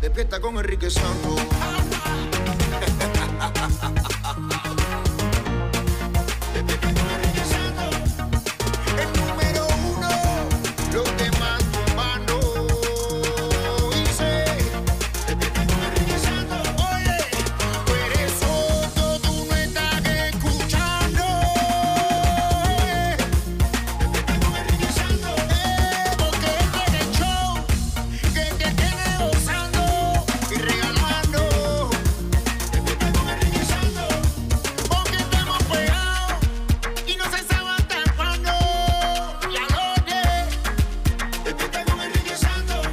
de fiesta con Enrique Santos. De fiesta con Enrique Santos. El número uno, lo que más tu mano hice. De fiesta con Enrique Santos. Oye, tú eres sordo, tú no estás escuchando. Eh, De fiesta con Enrique Santos. Eh, porque este es el show que te tiene gozando y regalando. Te con Enrique Santos, porque estamos pegados y no se sabe hasta cuándo. Ya lo de Te con Enrique Santos,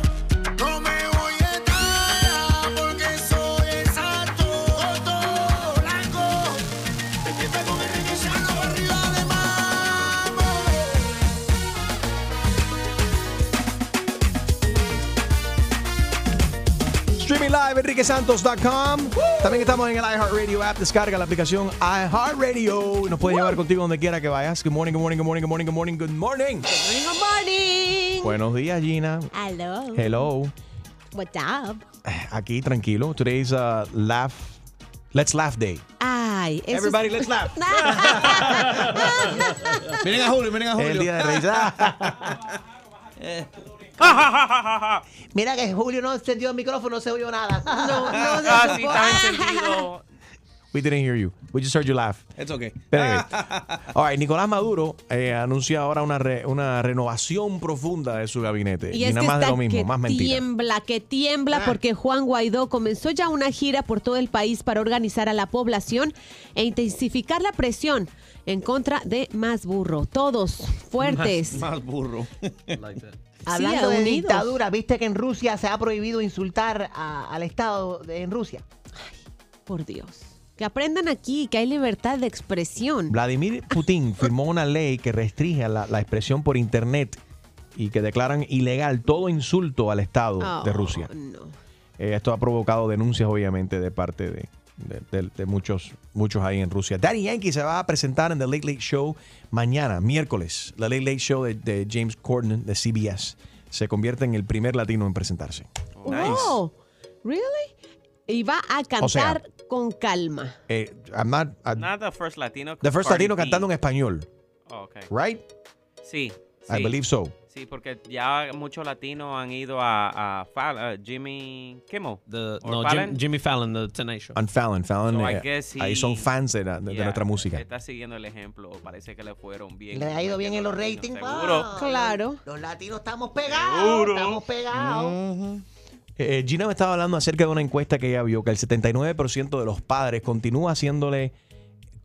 no me voy a estar porque soy el santo, todo blanco. Te con Enrique Santos, arriba de mambo. Streaming live, enriquesantos.com. También estamos en el iHeartRadio app. Descarga la aplicación iHeartRadio y nos puedes llevar contigo donde quiera que vayas. Good morning, good morning, good morning, good morning, good morning, good morning. Good morning. Buenos días, Gina. Hello. Hello. What's up? Aquí, tranquilo. Today's uh, laugh. Let's laugh day. Ay, eso Everybody, let's laugh. Miren a Julio, miren a El día de Ah, risa. Mira que Julio no encendió el micrófono, no se oyó nada. No, no se Ah, sí, supo. estaba encendido. We didn't hear you. We just heard you laugh. It's okay. Ah. But anyway. All right, Nicolás Maduro eh, anuncia ahora una, re- una renovación profunda de su gabinete. Y, Y es nada que más de está lo mismo, que más mentiras. tiembla, que Ah. tiembla, porque Juan Guaidó comenzó ya una gira por todo el país para organizar a la población e intensificar la presión en contra de más burro. Todos fuertes. Más burro. Hablando de unidos. dictadura, viste que en Rusia se ha prohibido insultar a- al Estado de- en Rusia. Por Dios. Que aprendan aquí que hay libertad de expresión. Vladimir Putin firmó una ley que restringe la, la expresión por Internet y que declaran ilegal todo insulto al Estado de Oh, Rusia. no. Eh, esto ha provocado denuncias, obviamente, de parte de, de- de- de muchos, muchos ahí en Rusia. Daddy Yankee se va a presentar en The Late Late Show mañana, miércoles. La Late Late Show de, de James Corden de CBS se convierte en el primer latino en presentarse. Oh. Wow. Really? Y va a cantar O sea- con calma. Eh, I'm not- I'm- Not the first Latino. the first Cardi latino B. cantando en español, Oh, okay. right? Sí. I sí. believe so. Sí, porque ya muchos latinos han ido a, a Fal- a Jimmy Kimmel. The Or no, Fallon. Jim- Jimmy Fallon, the Tonight Show. And Fallon, Fallon, So I eh, guess he- ahí son fans de, la- de- de Yeah, eh, nuestra música. Está siguiendo el ejemplo. Parece que le fueron bien. Le ha ido bien en los ratings. Seguro. pa. Claro. Los latinos estamos pegados. Seguro. Estamos pegados. Eh, Gina me estaba hablando acerca de una encuesta que ella vio que el 79% de los padres continúa haciéndole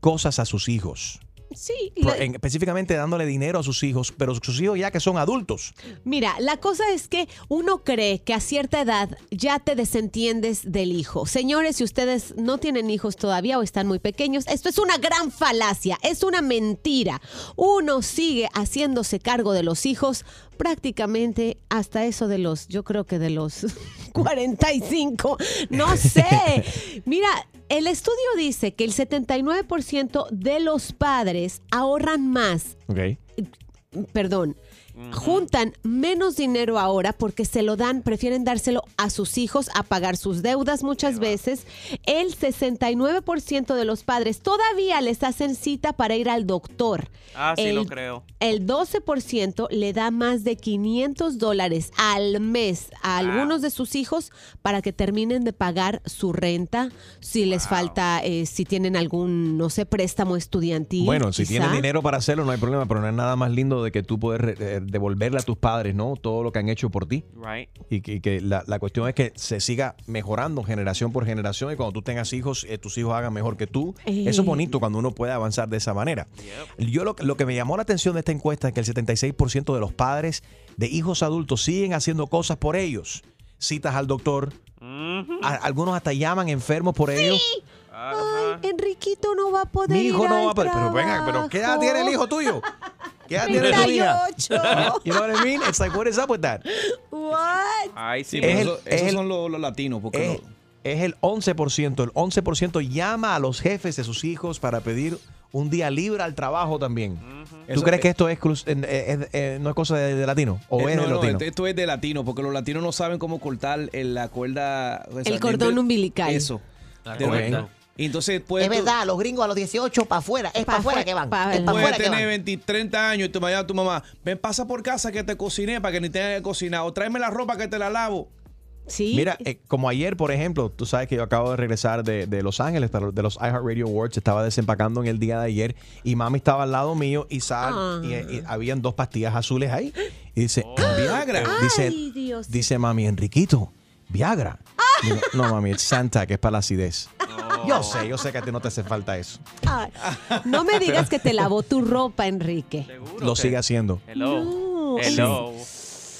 cosas a sus hijos. Sí. Pro- la- en- específicamente dándole dinero a sus hijos, pero sus hijos ya que son adultos. Mira, la cosa es que uno cree que a cierta edad ya te desentiendes del hijo. Señores, si ustedes no tienen hijos todavía o están muy pequeños, esto es una gran falacia, es una mentira. Uno sigue haciéndose cargo de los hijos prácticamente hasta eso de los, yo creo que de los 45, no sé. Mira, el estudio dice que el 79% de los padres ahorran más Ok. perdón, juntan menos dinero ahora porque se lo dan, prefieren dárselo a sus hijos a pagar sus deudas muchas veces. El 69% de los padres todavía les hacen cita para ir al doctor. Ah, sí, lo El- creo. El 12% le da más de 500 dólares al mes a algunos de sus hijos para que terminen de pagar su renta, si les falta, eh, si tienen algún, no sé, préstamo estudiantil. Bueno, si quizá. tienes dinero para hacerlo, no hay problema, pero no es nada más lindo de que tú puedes re- eh, devolverle a tus padres, ¿no? Todo lo que han hecho por ti. Right. Y que, y que la, la cuestión es que se siga mejorando generación por generación y cuando tú tengas hijos, eh, tus hijos hagan mejor que tú. Eh. Eso es bonito cuando uno puede avanzar de esa manera. Yo lo, que- lo que me llamó la atención de esta encuesta es que el 76% de los padres de hijos adultos siguen haciendo cosas por ellos. Citas al doctor, Mhm. a- algunos hasta llaman enfermos por ellos. Ajá. Enriquito no va a poder. Mi hijo ir no al va a poder. Pero venga, pero ¿qué edad tiene el hijo tuyo? ¿Qué edad tiene tu hija? 38. You know what I mean? It's like, what is up with that? What? Ay, sí. Sí, Es pero el- eso- es esos el- son los, los latinos. Porque Es, los- es el 11%. El 11% llama a los jefes de sus hijos para pedir un día libre al trabajo también. ¿Tú Eso- crees que esto es, cruz- en- en- en- no es cosa de, de latino? ¿O Eh, es no, de no, latino? esto- esto es de latino, porque los latinos no saben cómo cortar el- la cuerda. o sea, El cordón de- umbilical. Eso. La De- cuerda. Y entonces pues, puedes. Es verdad, los gringos a los 18 para afuera. Pues Es Pa' para afuera afuera, que van. pa' Es para Puedes afuera que pues, tener van. 20, 30 años y tu mañana tu mamá, ven, pasa por casa que te cociné para que ni tengas que cocinar. O tráeme la ropa que te la lavo. Sí. Mira, eh, como ayer, por ejemplo, tú sabes que yo acabo de regresar de, de Los Ángeles, para- de los iHeartRadio Awards, estaba desempacando en el día de ayer y mami estaba al lado mío y sal, Ah. y, y habían dos pastillas azules ahí. Y dice, Oh. Viagra. Dice, Ay, Dios. dice mami, Enriquito, Viagra. Digo, no, mami, es Santa, que es para la acidez. Oh. Yo sé, yo sé que a ti no te hace falta eso. Ay, no me digas que te lavó tu ropa, Enrique. Seguro Lo que- sigue haciendo. Hello. Oh. No. Hello.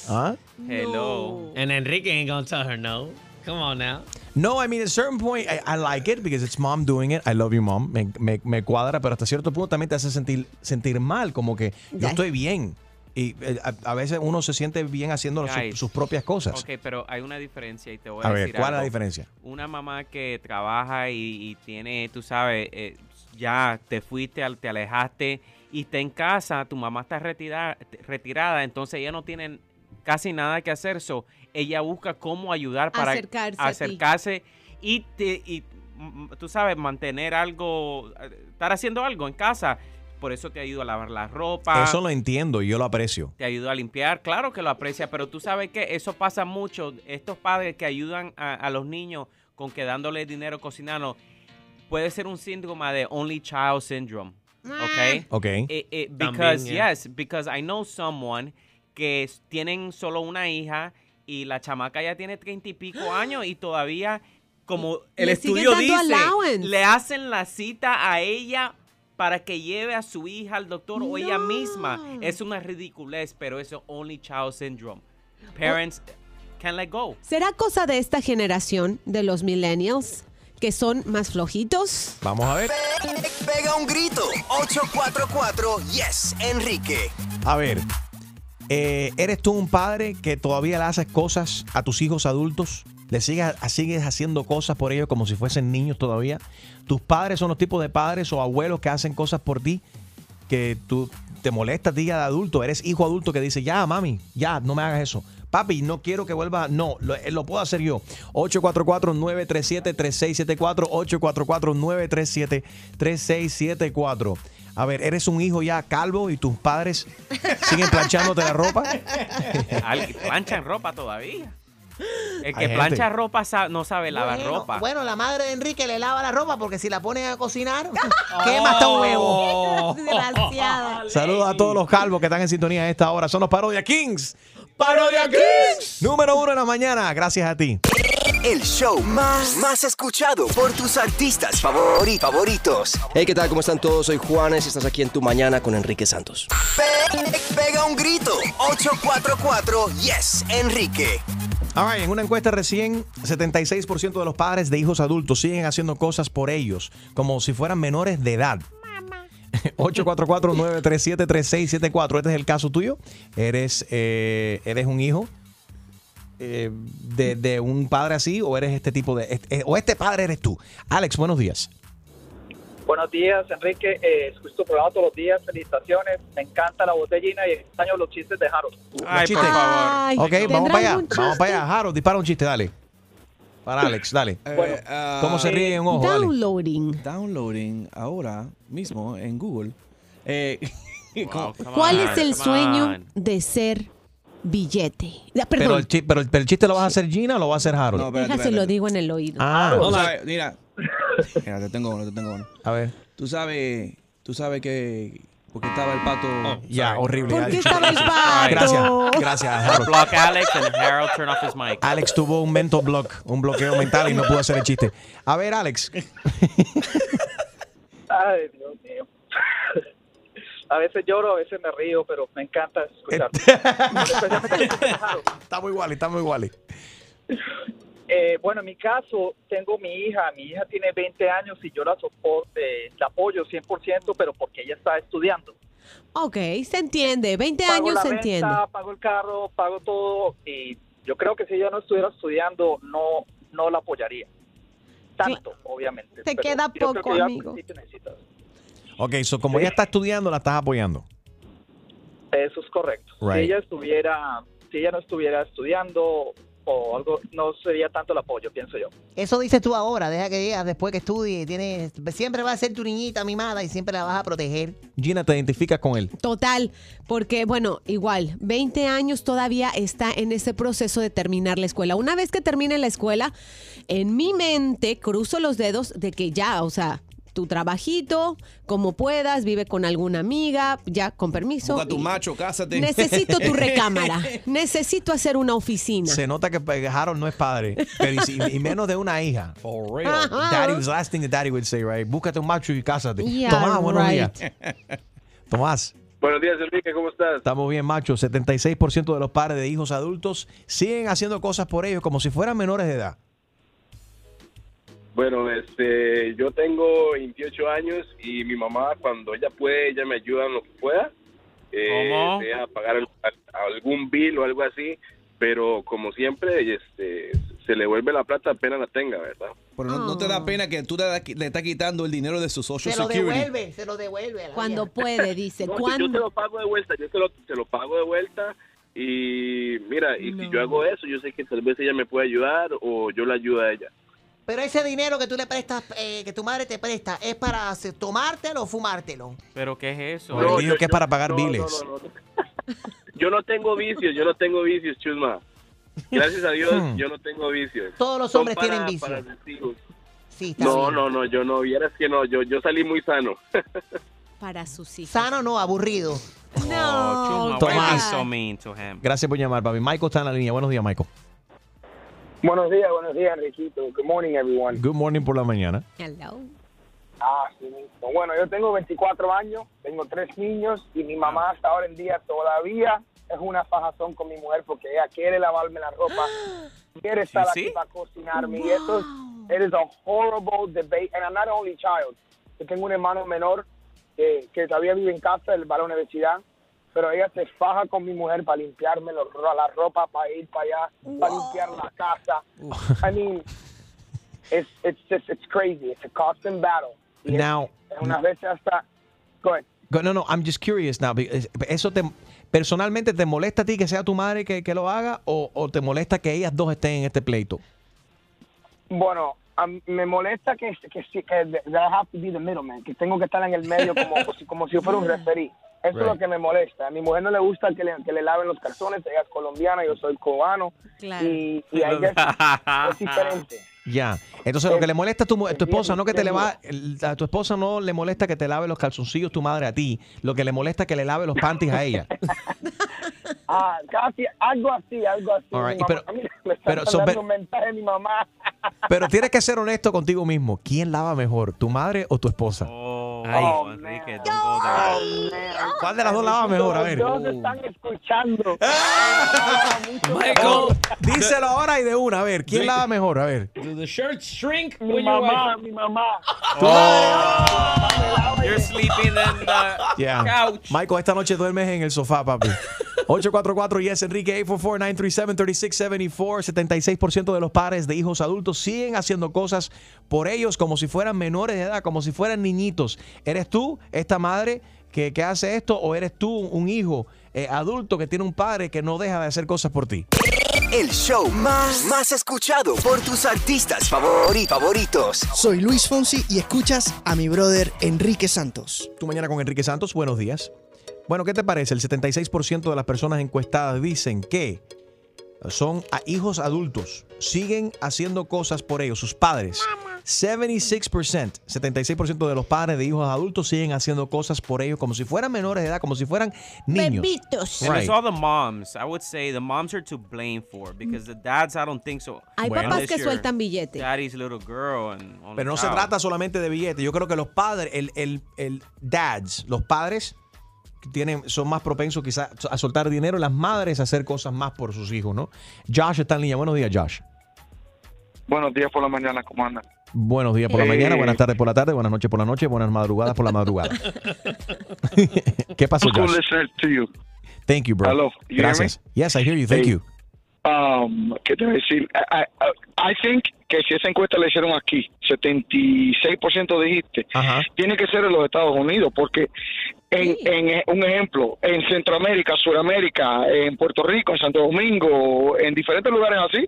¿Ah? Hello. And Enrique ain't gonna tell her no. Come on now. No, I mean, at a certain point, I, I like it because it's mom doing it. I love you, mom. Me, me- me cuadra, pero hasta cierto punto también te hace sentir, sentir mal, como que yo Ya. estoy bien. Y eh, a, a veces uno se siente bien haciendo su- Guys. sus propias cosas. Ok, pero hay una diferencia y te voy a, A ver, decir ¿cuál es la algo. diferencia? Una mamá que trabaja y, y tiene, tú sabes, eh, ya te fuiste, al- te alejaste y está en casa, tu mamá está retirada, retirada entonces ella no tiene casi nada que hacer, so, ella busca cómo ayudar para Acercarse a ti. acercarse y, te, y mm, tú sabes, mantener algo, eh, estar haciendo algo en casa. Por eso te ayuda a lavar la ropa Eso lo entiendo y yo lo aprecio. te ayuda a limpiar, claro que lo aprecia, pero tú sabes que eso pasa mucho. Estos padres que ayudan a, a los niños con que dándole dinero cocinando, puede ser un síntoma de only child syndrome. Ah. ¿Ok? Ok. It- it- También, because, yeah. yes, because I know someone que s- tienen solo una hija y la chamaca ya tiene treinta y pico años y todavía, como el Le siguen estudio dice, dando allowance. le hacen la cita a ella para que lleve a su hija al doctor o ella No. misma. Es una ridiculez, pero eso es only child syndrome. Parents can let go. ¿Será cosa de esta generación, de los millennials, que son más flojitos? Vamos a ver. Pega un grito. 844 Yes, Enrique. A ver. eh, ¿Eres tú un padre que todavía le haces cosas a tus hijos adultos? ¿Le sigues, sigues haciendo cosas por ellos como si fuesen niños todavía? ¿Tus padres son los tipos de padres o abuelos que hacen cosas por ti que tú te molesta a ti ya de adulto? ¿Eres hijo adulto que dice, ya, mami, ya, no me hagas eso? Papi, no quiero que vuelvas. No, lo, eh, lo puedo hacer yo. 844-937-3674. 844-937-3674. A ver, ¿eres un hijo ya calvo y tus padres siguen planchándote la ropa? Alguien- Planchan ropa todavía. El que Hay gente. plancha ropa sa- no sabe lavar Bueno, ropa. Bueno, la madre de Enrique le lava la ropa porque si la ponen a cocinar, quema hasta un huevo. Oh. Desgraciada. Saludos a todos los calvos que están en sintonía a esta hora. Son los Parodia Kings. ¡Parodia Kings! Número uno en la mañana. Gracias a ti. El show más, más escuchado por tus artistas favori- favoritos. Hey, ¿qué tal? ¿Cómo están todos? Soy Juanes y estás aquí en Tu Mañana con Enrique Santos. Pe- pega un grito. 844 Yes, Enrique. All right, en una encuesta recién, 76% de los padres de hijos adultos siguen haciendo cosas por ellos, como si fueran menores de edad. 844-937-3674. Este es el caso tuyo. ¿Eres, eh, eres un hijo eh, de, de un padre así o eres este tipo de... est- eh, o este padre eres tú. Alex, buenos días. Buenos días, Enrique. Eh, escucho tu programa todos los días. Felicitaciones. Me encanta la botellina y extraño los chistes de Harold. Ay, chiste. por favor. Ay, ok, vamos ¿tendrá para allá. algún Vamos chiste? para allá. Harold, dispara un chiste, dale. Para Alex, dale. Bueno, ¿Cómo eh, se ríe en un ojo? Dale. Downloading. Ah, Downloading ahora mismo en Google. Eh, Wow, come ¿Cuál on, es el come sueño on. de ser billete? Ah, Pero el, Perdón, chi- pero, el, pero el chiste lo vas a hacer Gina o lo va a hacer Harold. No, espérate, déjase lo espérate. digo en el oído. Ah, Tú sabes, mira, mira, te tengo uno, te tengo uno. a ver. Tú sabes, tú sabes que porque estaba el pato. Oh, Ya, horrible. ¿Por ya, qué dicho. Ah, estaba el pato? Gracias, gracias, Harold. Block Alex and Harold turn off his mic. Alex tuvo un mental block, un bloqueo mental y no pudo hacer el chiste. A ver, Alex. Ay, Dios mío. A veces lloro, a veces me río, pero me encanta escucharte. Especialmente los chistes de Harold. Estamos iguales, estamos iguales. Eh, bueno, en mi caso, tengo mi hija. Mi hija tiene 20 años y yo la, sopo- eh, la apoyo 100%, pero porque ella está estudiando. Ok, se entiende. 20 Pago años la se renta, entiende. Pago el carro, pago todo. Y yo creo que si ella no estuviera estudiando, no, no la apoyaría. Tanto, obviamente. Te pero queda yo creo poco, que ya amigo. sí te necesitas. Ok, so como ella está estudiando, la estás apoyando. Eso es correcto. Si Right. ella estuviera, si ella no estuviera estudiando o algo, no sería tanto el apoyo, pienso yo. Eso dices tú ahora, deja que digas después que estudie. Tienes, siempre va a ser tu niñita mimada y siempre la vas a proteger. Gina, te identificas con él. Total, porque bueno, igual, 20 años todavía está en ese proceso de terminar la escuela. Una vez que termine la escuela, en mi mente cruzo los dedos de que ya, o sea, tu trabajito, como puedas, vive con alguna amiga, ya con permiso. Busca tu y- macho, cásate. Necesito tu recámara, necesito hacer una oficina. Se nota que eh, Harold no es padre, pero y, si- y menos de una hija. For real. Daddy was the last thing that daddy would say, right? Búscate un macho y cásate. Yeah, Tomás, buenos right. días. Tomás. Buenos días, Enrique, ¿cómo estás? Estamos bien, macho. 76% de los padres de hijos adultos siguen haciendo cosas por ellos como si fueran menores de edad. Bueno, este, yo tengo 28 años y mi mamá, cuando ella puede, ella me ayuda en lo que pueda. Eh, ¿Cómo? sea a pagar al- a- algún bill o algo así, pero como siempre, este, se le vuelve la plata apenas la tenga, ¿verdad? Pero no, no te da pena que tú le, le estás quitando el dinero de su social Se lo security. devuelve, se lo devuelve. Cuando puede, dice. No, yo- ¿Cuándo? Yo te lo pago de vuelta, yo te lo, te lo pago de vuelta. Y mira, y si yo hago eso, yo sé que tal vez ella me puede ayudar o yo la ayudo a ella. Pero ese dinero que tú le prestas, eh, que tu madre te presta, ¿es para hacer- tomártelo o fumártelo? ¿Pero qué es eso? Él dijo que es para pagar biles. Yo no tengo vicios, yo no tengo vicios, chusma. Gracias a Dios, Hmm. yo no tengo vicios. Todos los Son hombres para- tienen vicios. para mis hijos. Sí, está No, bien. no, no, yo no, vieras que no, yo, yo salí muy sano. Para sus hijos. Sano no, aburrido. No, Tomás. so mean to him? Gracias por llamar, papi. Michael está en la línea. Buenos días, Michael. Buenos días, buenos días, Enriquito. Good morning, everyone. Good morning por la mañana. Ah, sí mismo. Bueno, yo tengo 24 años, tengo tres niños y mi Ah. mamá hasta ahora en día todavía es una fajazón con mi mujer porque ella quiere lavarme la ropa, quiere estar ¿Sí? aquí para cocinarme y eso es, it is a horrible debate and I'm not the only child. Yo tengo un hermano menor que, que todavía vive en casa, él va a la universidad, pero ella se faja con mi mujer para limpiarme lo- la ropa, para ir para allá, para limpiar la casa. I mean, it's, it's just, it's crazy. It's a constant battle. Y es- Now- es unas veces hasta... Go ahead. Go- No, no, I'm just curious now. because- ¿Eso te, personalmente te molesta a ti que sea tu madre que, que lo haga o, o te molesta que ellas dos estén en este pleito? Bueno, a mí me molesta que, que, sí- que that I have to be the middleman, que tengo que estar en el medio como, si- como si yo fuera un referí. Eso es lo Right. que me molesta. A mi mujer no le gusta que le, que le laven los calzones, ella es colombiana, yo soy cubano. Claro. Y, y a ella es, es diferente. Ya. Entonces, lo que le molesta a tu, mu- tu esposa, no que te le va. el- A tu esposa no le molesta que te lave los calzoncillos tu madre a ti. Lo que le molesta es que le lave los panties a ella. Ah, casi, algo así, algo así. All right, Mi mamá- pero- a mí me está pero son mandando ver- un mensaje mi mamá. Pero tienes que ser honesto contigo mismo. ¿Quién lava mejor, tu madre o tu esposa? Oh. Oh, Ay, Oh, Oh. Enrique, don't go there. ¿Cuál de las dos lava mejor? A ver. Todos están escuchando. Ah, Michael, díselo ahora y de una. A ver, ¿quién lava mejor? A ver. Do the shirts shrink Mi when mamá, you mi mamá. Oh, Oh. You're sleeping in the Yeah. couch. Michael, esta noche duermes en el sofá, papi. 844 yes Enrique 844-937-3674 76% de los padres de hijos adultos siguen haciendo cosas por ellos como si fueran menores de edad, como si fueran niñitos. ¿Eres tú esta madre que, que hace esto o eres tú un hijo eh, adulto que tiene un padre que no deja de hacer cosas por ti? El show más, más escuchado por tus artistas favori- favoritos. Soy Luis Fonsi y escuchas a mi brother Enrique Santos. Tu mañana con Enrique Santos, buenos días. Bueno, ¿qué te parece? El 76% de las personas encuestadas dicen que son a hijos adultos, siguen haciendo cosas por ellos, sus padres. 76%, 76% de los padres de hijos adultos siguen haciendo cosas por ellos como si fueran menores de edad, como si fueran niños. And it's Right. all the moms. I would say the moms are to blame for it because the dads, I don't think so. Hay Well, papás que unless you're sueltan billete. Daddy's little girl and on Pero the no se couch. trata solamente de billetes. Yo creo que los padres, el, el, el dads, los padres tienen, son más propensos quizás a soltar dinero, las madres a hacer cosas más por sus hijos, ¿no? Josh está en línea. Buenos días, Josh. Buenos días por la mañana, ¿cómo andan? Buenos días por la Eh. mañana, buenas tardes por la tarde, buenas noches por la noche, buenas madrugadas por la madrugada. ¿Qué pasó, Cool Josh? listening to you. Thank you, bro. Hello, you hear me? Gracias. Yes, I hear you. Thank Hey. you. Um, ¿Qué te voy a decir? I, I- I think que si esa encuesta la hicieron aquí, 76% dijiste, tiene que ser en los Estados Unidos, porque en, en- eh, un ejemplo, en Centroamérica, Sudamérica, en Puerto Rico, en Santo Domingo, en diferentes lugares así,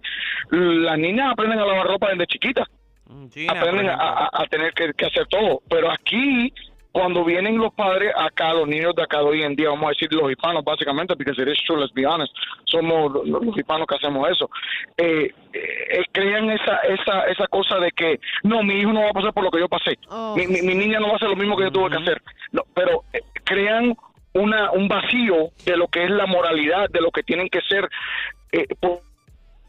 las niñas aprenden a lavar ropa desde chiquitas aprenden a, a- a tener que, que hacer todo. Pero aquí, cuando vienen los padres acá, los niños de acá de hoy en día, vamos a decir los hispanos básicamente, porque it is true, let's be honest, somos lo- lo- los, hispanos que hacemos eso, eh, eh, eh, crean esa, esa, esa cosa de que, no, mi hijo no va a pasar por lo que yo pasé, mi, mi- mi niña no va a hacer lo mismo que yo tuve que hacer. No, pero eh, crean una, un vacío de lo que es la moralidad, de lo que tienen que ser eh, por-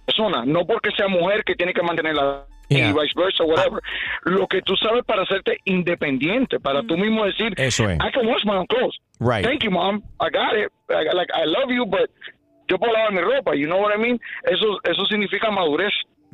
persona, no porque sea mujer que tiene que mantenerla y viceversa, whatever. Lo que tú sabes para hacerte independiente, para tú mismo decir, Eso es. I can wash my own clothes. Right. Thank you, mom. I got it. I, like I love you, but yo puedo lavar mi ropa. You know what I mean? Eso eso significa madurez.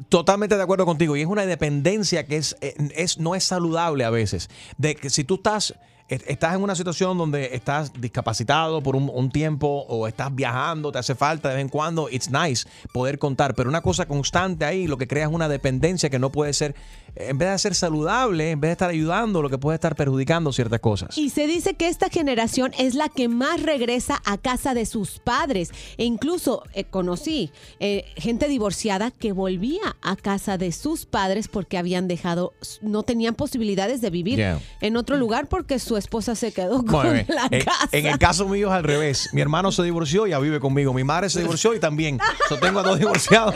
Totalmente de acuerdo contigo. Y es una dependencia que es, eh, es, no es saludable a veces. De que si tú estás, est- estás en una situación donde estás discapacitado por un, un tiempo o estás viajando, te hace falta de vez en cuando, it's nice poder contar. Pero una cosa constante ahí, lo que crea es una dependencia que no puede ser, en vez de ser saludable, en vez de estar ayudando, lo que puede estar perjudicando ciertas cosas. Y se dice que esta generación es la que más regresa a casa de sus padres. E incluso eh, conocí eh, gente divorciada que volvía a casa de sus padres porque habían dejado, no tenían posibilidades de vivir Yeah. en otro lugar porque su esposa se quedó con Bueno, eh, la en, casa. en el caso mío es al revés. Mi hermano se divorció y ya vive conmigo. Mi madre se divorció y también. Yo tengo a dos divorciados.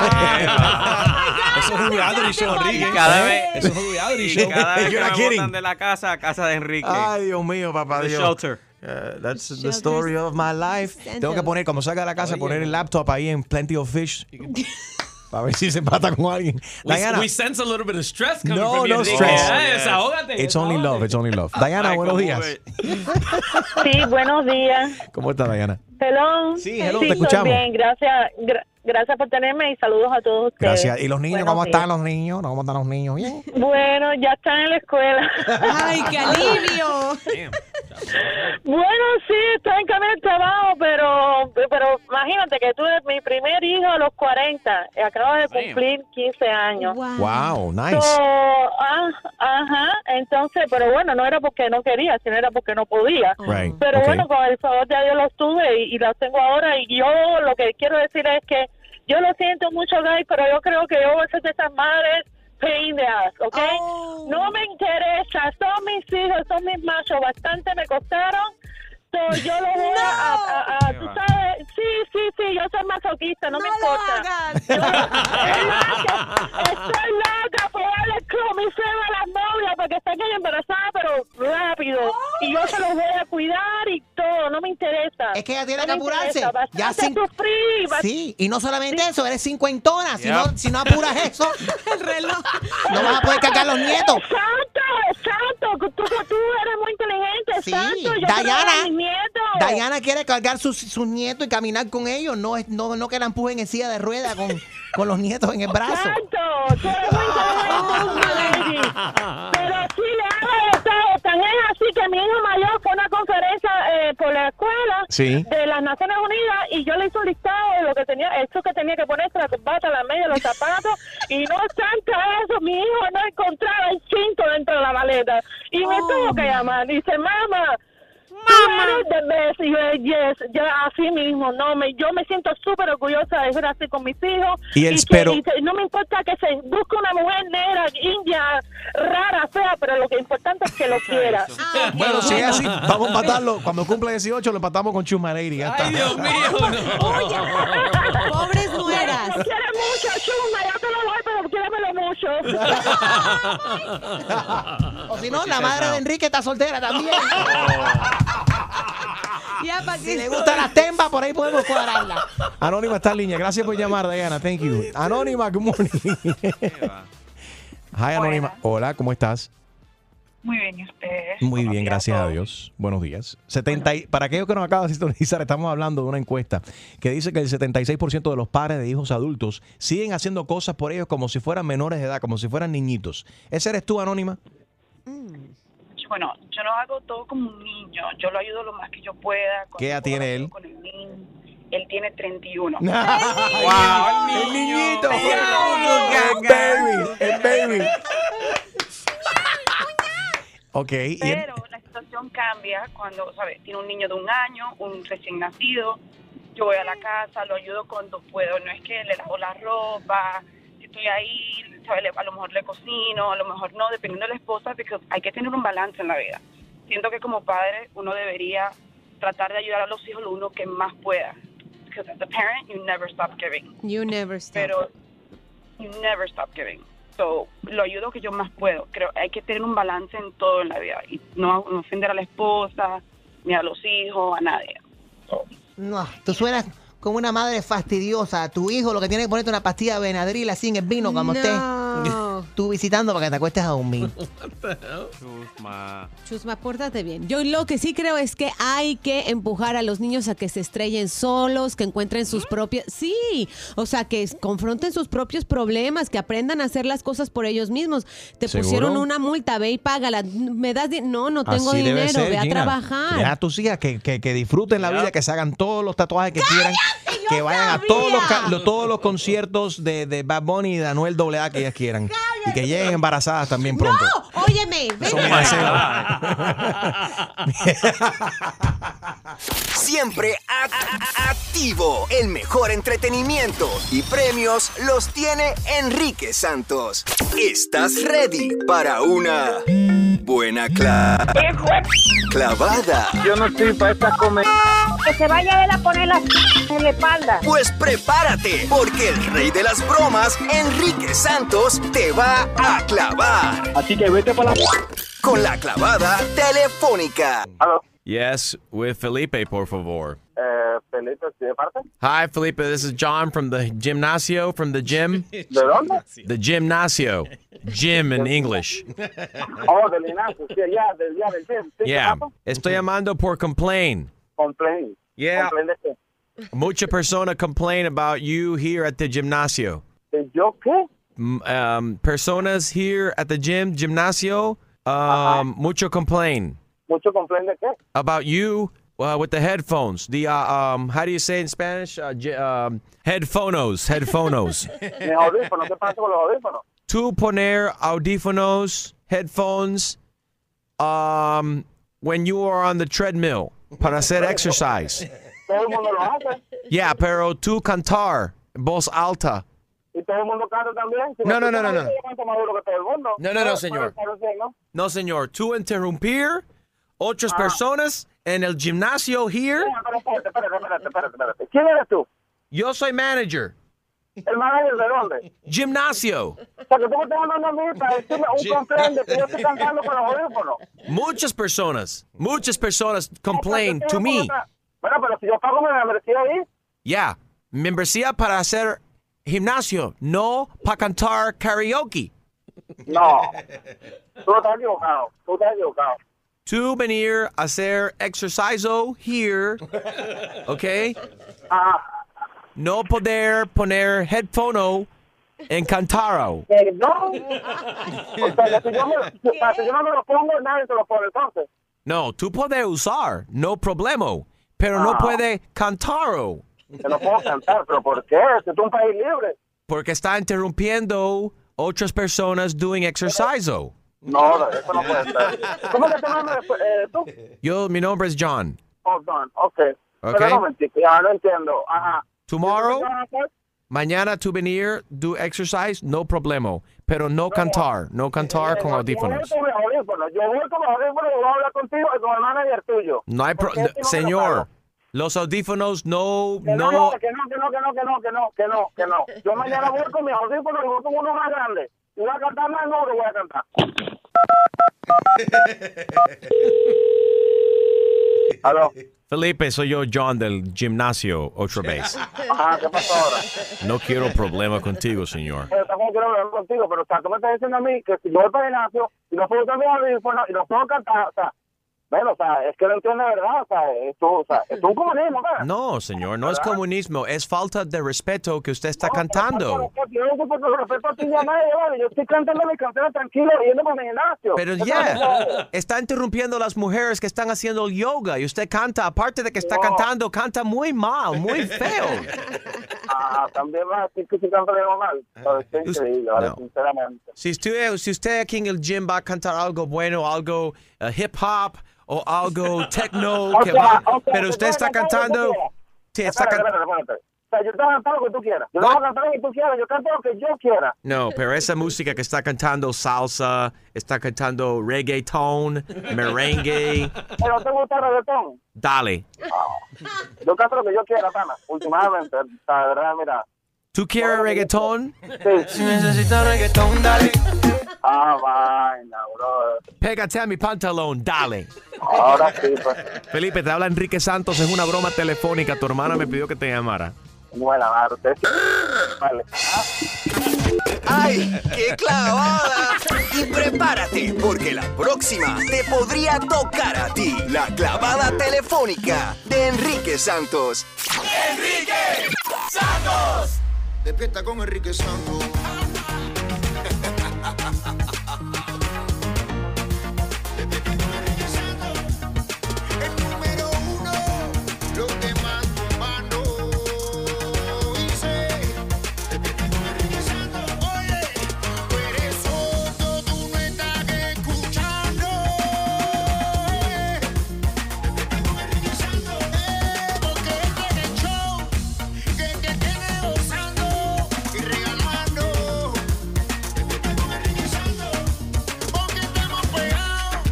Eso es un reality show, Enrique. Cada vez- Eso es un reality Y show. cada vez que You're me not kidding. botan de la casa, a casa de Enrique. Ay, Dios mío, papá The Dios. shelter. Uh, that's the story of my life. Tengo que poner, como salga de la casa, poner el laptop ahí en Plenty of Fish. Para ver si se empata con alguien. We, Diana. we sense a little bit of stress coming no, from you, no Enrique. Ah, stress. Ay, desahógate, It's only desahógate. love, it's only love. Diana, Ay, buenos ¿cómo días. ve? Sí, buenos días. ¿Cómo está Diana? Hello. Sí, hello, te estoy escuchamos. Bien, gracias, gra- gracias por tenerme y saludos a todos ustedes. Gracias. ¿Y los niños? Buenos ¿Cómo están días. los niños? ¿Cómo están los niños? Bien. Bueno, ya están en la escuela. ¡Ay, qué alivio! bueno, sí, están en camino al trabajo, pero, pero imagínate que tuve mi primer hijo a los 40. y Acabo de cumplir 15 años. Wow, nice. So, ah, ajá, entonces, pero bueno, no era porque no quería, sino era porque no podía. Right, Pero ok. bueno, con el favor de Dios los tuve y, y los tengo ahora. Y yo lo que quiero decir es que yo lo siento mucho, Guy, pero yo creo que yo voy a ser de esas madres pain in the ass, ¿ok? No me interesa, son mis hijos, son mis machos, bastante me costaron. So, yo lo voy a, a- a- tú sabes, sí, sí, sí, yo soy masoquista, no, me importa. Estoy loca por darle cromicema a las novias porque están ahí embarazadas, pero rápido. Y yo se los voy a cuidar y todo, no me interesa. Es que ella tiene No que me apurarse. interesa, bastante Ya sin- sufrí, bast- Sí, y no solamente eso, eres cincuentona. ah, Si, Yeah. no, si no apuras eso, el reloj. no vas a poder cargar los nietos. Exacto, exacto. Tú, tú eres muy inteligente, Sí, exacto. Yo Dayana, quiero a mis nietos. Diana quiere cargar sus, sus nietos y caminar con ellos. No, es- no, no que la empujen en silla de rueda con, con los nietos en el brazo. Exacto, tú eres muy inteligente, lady. Pero sí le hago de todo. Tan es así que mi hijo mayor fue a una conferencia eh, por la escuela Sí. de las Naciones Unidas y yo le hice un listado de lo que tenía, esto que tenía que ponerse, la corbata, la media, los zapatos. y no tanto eso, mi hijo no encontraba el cinto dentro de la maleta. Y me tuvo que llamar. Dice, mamá. Mamá. Y yo, yes, ya así mismo, no me, yo me siento súper orgullosa de ser así con mis hijos. Y él, que pero- dice, no me importa que se busque una mujer negra, india, rara, fea, pero lo que importante es que lo quiera. Bueno, si es así, vamos a empatarlo. Cuando cumpla 18, lo empatamos con Chuma Lady. Ya está. Pobres nueras. Lo quiere mucho, chuma, yo te lo voy, pero quiéremelo mucho. O si Pues no, la madre de Enrique está soltera también. Ya, pa' si qué le estoy. gustan las tembas, por ahí podemos cuadrarla. Anónima está en línea. Gracias por llamar, Diana. Thank you. Anónima, good morning. Hi, Anónima. Hola, ¿cómo estás? Muy bien, ¿y ustedes? Muy bien, gracias a Dios. Buenos días. 70 y- para aquellos que nos acaban de sintonizar, estamos hablando de una encuesta que dice que el 76% de los padres de hijos adultos siguen haciendo cosas por ellos como si fueran menores de edad, como si fueran niñitos. ¿Ese eres tú, Anónima? Bueno, yo no hago todo como un niño. Yo lo ayudo lo más que yo pueda. ¿Qué edad tiene él? Con el niño. Él tiene 31. ¡Wow! ¡El niñito! ¡El baby! ¡El baby! Ok, y en- Pero la situación cambia cuando, ¿sabes? Tiene un niño de un año, un recién nacido. Yo voy a la casa, lo ayudo cuando puedo. No es que le lavo la ropa, si estoy ahí, ¿sabes? Le- A lo mejor le cocino, a lo mejor no, dependiendo de la esposa, porque hay que tener un balance en la vida. Siento que como padre uno debería tratar de ayudar a los hijos lo uno que más pueda. Because as a parent, you never stop giving. You never stop. Pero you never stop giving. So, lo ayudo que yo más puedo. Creo hay que tener un balance en todo en la vida y no, no ofender a la esposa, ni a los hijos, a nadie. No, tú suenas como una madre fastidiosa. Tu hijo lo que tiene que ponerte una pastilla de Benadryl así en el vino como No. esté. Tú visitando para que te acuestes a dormir. Chusma. Chusma, pórtate bien. Yo lo que sí creo es que hay que empujar a los niños a que se estrellen solos, que encuentren sus propias... Sí, o sea, que s- confronten sus propios problemas, que aprendan a hacer las cosas por ellos mismos. Te ¿Seguro? pusieron una multa, ve y págala. Me das... di- No, no tengo Así dinero, debe ser, ve a Gina. trabajar. Deja a tus hijas que, que- que disfruten la Ya. vida, que se hagan todos los tatuajes que quieran, que vayan a todos los, ca- lo- todos los conciertos de, de Bad Bunny y de Anuel AA que ellas quieran. Y que lleguen embarazadas también pronto. ¡No! Óyeme, ven. Eso me deseo. Siempre a- a- a- activo. El mejor entretenimiento y premios los tiene Enrique Santos. ¿Estás ready para una buena cla- clavada? Yo no estoy para esta Que se vaya él a poner la en la espalda. Pues prepárate, porque el rey de las bromas, Enrique Santos, te va a clavar. Así que vete para la... Con la clavada telefónica. Yes, with Felipe, por favor. Eh, Felipe, ¿sí ¿de parte? Hi, Felipe. This is John from the gymnasio, from the gym. ¿De dónde? The gymnasio. Gym in English. Oh, del Ignacio, sí, allá, del día del gym. ¿Sí, Yeah. Ignacio? Estoy llamando por complain. Complain. Yeah. Complain de qué? Mucha persona complain about you here at the gymnasio. ¿De yo qué? M- Um, personas here at the gym, gymnasio, um, mucho complain ¿Mucho complain de qué? about you uh, with the headphones. The, uh, um, how do you say in Spanish? Uh, j- um, headphonos, headphonos. Mis audífonos, ¿qué pasa con los audífonos? to poner audífonos, headphones, um, when you are on the treadmill para hacer exercise. Todo el mundo lo hace Yeah, pero tu cantar, voz alta. y todo el mundo canta también. Si No, no, me no, no, escuchan a mí, no. yo canto más duro que todo el mundo. No, no, no, señor. puede ser, ¿no? No, señor. Tu interrumpir otras personas en el gimnasio here. Ah. Espérate, espérate, espérate, espérate, espérate. ¿Quién eres tú? Yo soy manager. ¿El manager de dónde? Gimnasio. O sea, que tú me estás mandando a mí para decirme un complaint de que yo estoy cantando con los audífonos. Muchas personas, muchas personas complain to me. Bueno, pero si yo pago mi membresía ahí, Yeah, membresía para hacer gimnasio, no para cantar karaoke. no. Tú estás equivocado, tú estás equivocado. To venir a hacer exerciso here, okay? Ah, No poder poner headphone en cantaro. perdón. O sea, que si yo me, para si yo no me lo pongo, nadie te lo pone entonces. No, tú puedes usar, no problema, pero no Ah. puede cantaro. Te lo puedo cantar, pero ¿por qué? Si tú es un país libre. porque está interrumpiendo otras personas doing exerciso. No, eso no puede ser. ¿Cómo que te llamas eh, tú? Yo, mi nombre es John. Oh, Don, ok. Ok. Pero un momentico, ya lo entiendo. Ajá. Tomorrow, Entonces, mañana tú venir, do exercise, no problema. Pero no cantar, no cantar con audífonos. Yo voy con mis audífonos, yo voy con mis audífonos y voy a hablar contigo y con el manager tuyo. No hay pro- Porque este no me lo Señor, los audífonos no, Que no. no, que no, que no, que no, que no, que no, que no, que no. Yo mañana voy con mis audífonos y voy con uno más grande. Y voy a cantar más duro, voy a cantar. Aló. Felipe, soy yo, John, del gimnasio, otra vez. Ajá, Ah, ¿qué pasó ahora? No quiero problema contigo, señor. Pero tampoco quiero hablar contigo, pero o sea, tú me estás diciendo a mí que si yo voy para el gimnasio y no puedo usar mis audífonos y no puedo cantar, o sea, Bueno, o sea, es que no entiendo la verdad, o sea, esto, o sea, esto es un comunismo, ¿verdad? No, señor, no es comunismo, es falta de respeto que usted está cantando. Yo no sé por qué respeto a ti, mi amada, vale, yo estoy cantando mi canción tranquilo, yendo para mi gimnasio. Pero ya, Eso no se puede. está interrumpiendo a las mujeres que están haciendo el yoga y usted canta, aparte de que está cantando, canta muy mal, muy feo. Ah, también vas a decir que estoy cantando mal. Pero esto es increíble, vale, Ah, no. sinceramente. Si usted, si usted aquí en el gym va a cantar algo bueno, algo eh, hip hop o algo techno, O que sea, va- o sea, pero tú usted puedes está cantar lo que cantando... tú quieras. Sí, está Espérate, can- espérate, espérate. O sea, yo te voy a cantar lo que tú quieras. Yo te voy a cantar lo que tú quieras. Yo canto lo que yo quiera. No, pero esa música que está cantando salsa, está cantando reggaeton, merengue, Pero te gusta el reggaetón. dale. Yo canto lo que yo quiera, pana. Últimamente, la verdad, mira. ¿Tú quieres reggaeton? Si necesitas reggaetón, dale. Ah, vaina, bro. Pégate a mi pantalón, dale. Ahora sí, pues. Felipe, te habla Enrique Santos, es una broma telefónica. Tu hermana me pidió que te llamara. Buena madre, usted sí. Vale. ¡Ay, qué clavada! Y prepárate, porque la próxima te podría tocar a ti la clavada telefónica de Enrique Santos. Enrique Santos. Despierta con Enrique Santos. El número uno, lo que más tomando. Dice, despierta con Enrique Santos. Oye, tú eres sordo, tú no estás escuchando. Despierta con Enrique Santos. Eh, porque este es el show que te tiene gozando y regalando. Despierta con Enrique Santos. Porque estamos pegados.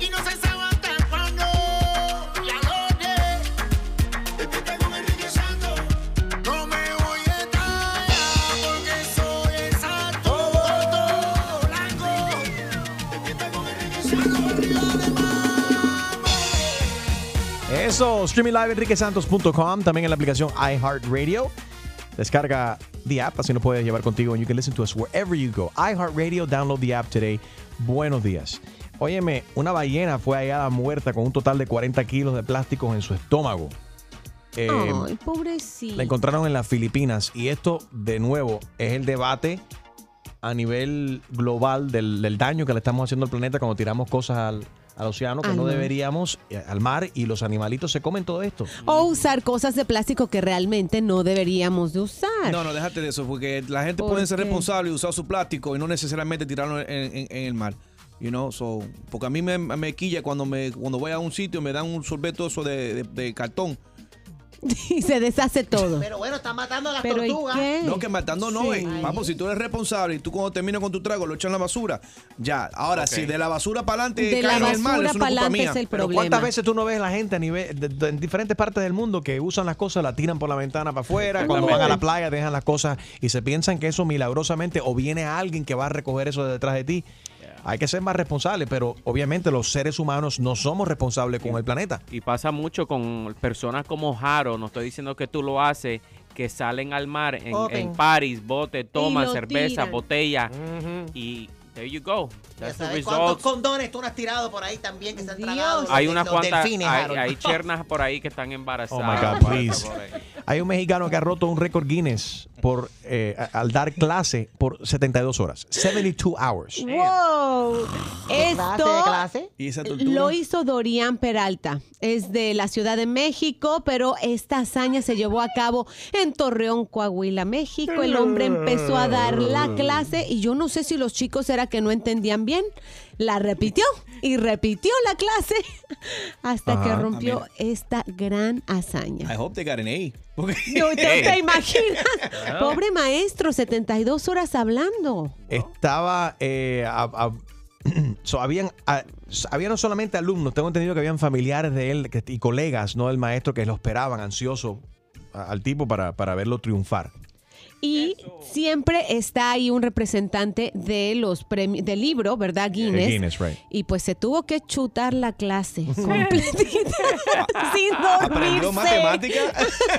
Y no se sabe hasta cuándo la noche Despierta con Enrique Santos No me voy a estar porque soy el santo Gordo, blanco Despierta con Enrique Santos arriba de Eso, streaming live enriquesantos.com, también en la aplicación iHeartRadio. Descarga the app, así no puedes llevar contigo, and you can listen to us wherever you go. iHeartRadio, download the app today. Buenos días. Óyeme, una ballena fue hallada muerta con un total de 40 kilos de plásticos en su estómago. Eh, Ay, pobrecito. la encontraron en las Filipinas. Y esto, de nuevo, es el debate a nivel global del, del daño que le estamos haciendo al planeta cuando tiramos cosas al, al océano que Al no mar. deberíamos, eh, al mar, y los animalitos se comen todo esto. O usar cosas de plástico que realmente no deberíamos de usar. No, no, déjate de eso, porque la gente ¿Por puede ser qué? responsable y usar su plástico y no necesariamente tirarlo en, en- en el mar. You know, so, porque a mí me, me quilla cuando me cuando voy a un sitio me dan un sorbeto eso de, de- de cartón. y se deshace todo. Pero bueno, está matando a las Pero, ¿y tortugas. qué? No, que matando no Sí. eh. Papo, si tú eres responsable y tú cuando terminas con tu trago lo echan en la basura, ya. Ahora, Ok. si de la basura para adelante De la cae en el mar, basura eso no es pa'lante culpa mía. es el Pero ¿Cuántas veces tú no ves la gente a nivel, de- de- en diferentes partes del mundo que usan las cosas, la tiran por la ventana para afuera, cuando van a la playa dejan las cosas y se piensan que eso milagrosamente o viene alguien que va a recoger eso de detrás de ti? Hay que ser más responsables, pero obviamente los seres humanos no somos responsables con el planeta. Y pasa mucho con personas como Jaro, no estoy diciendo que tú lo haces, que salen al mar en, Joden. en París, bote, toman lo cerveza, tiran. botella y there you go. Ya That's the sabes cuántos result. condones tú no has tirado por ahí también que se han tragado los Hay de- unas los cuantas, hay, delfines, Harold. hay chernas por ahí que están embarazadas. Oh my God, por- please. por ahí. Hay un mexicano que ha roto un récord Guinness por eh, a- al dar clase por 72 horas. 72 hours. Wow. ¿Qué Esto clase de clase? ¿Y esa tortuga? Eh, lo hizo Dorian Peralta. Es de la Ciudad de México, pero esta hazaña se llevó a cabo en Torreón, Coahuila, México. El hombre empezó a dar la clase y yo no sé si los chicos era que no entendían bien. La repitió y repitió la clase hasta Ajá. que Ah, rompió mira. esta gran hazaña. I hope they got an A. Porque- No Eh, te, te imaginas. Pobre maestro, 72 horas hablando. Estaba. eh, a- a- so, habían, a- s- había no solamente alumnos, tengo entendido que habían familiares de él que- y colegas, ¿no? Del maestro que lo esperaban ansioso a- al tipo para, para verlo triunfar. Y siempre está ahí un representante de los premios del libro, ¿verdad? Guinness. El Eh, Guinness, right. Y pues se tuvo que chutar la clase completita sin dormirse. ¿Aprendió matemática?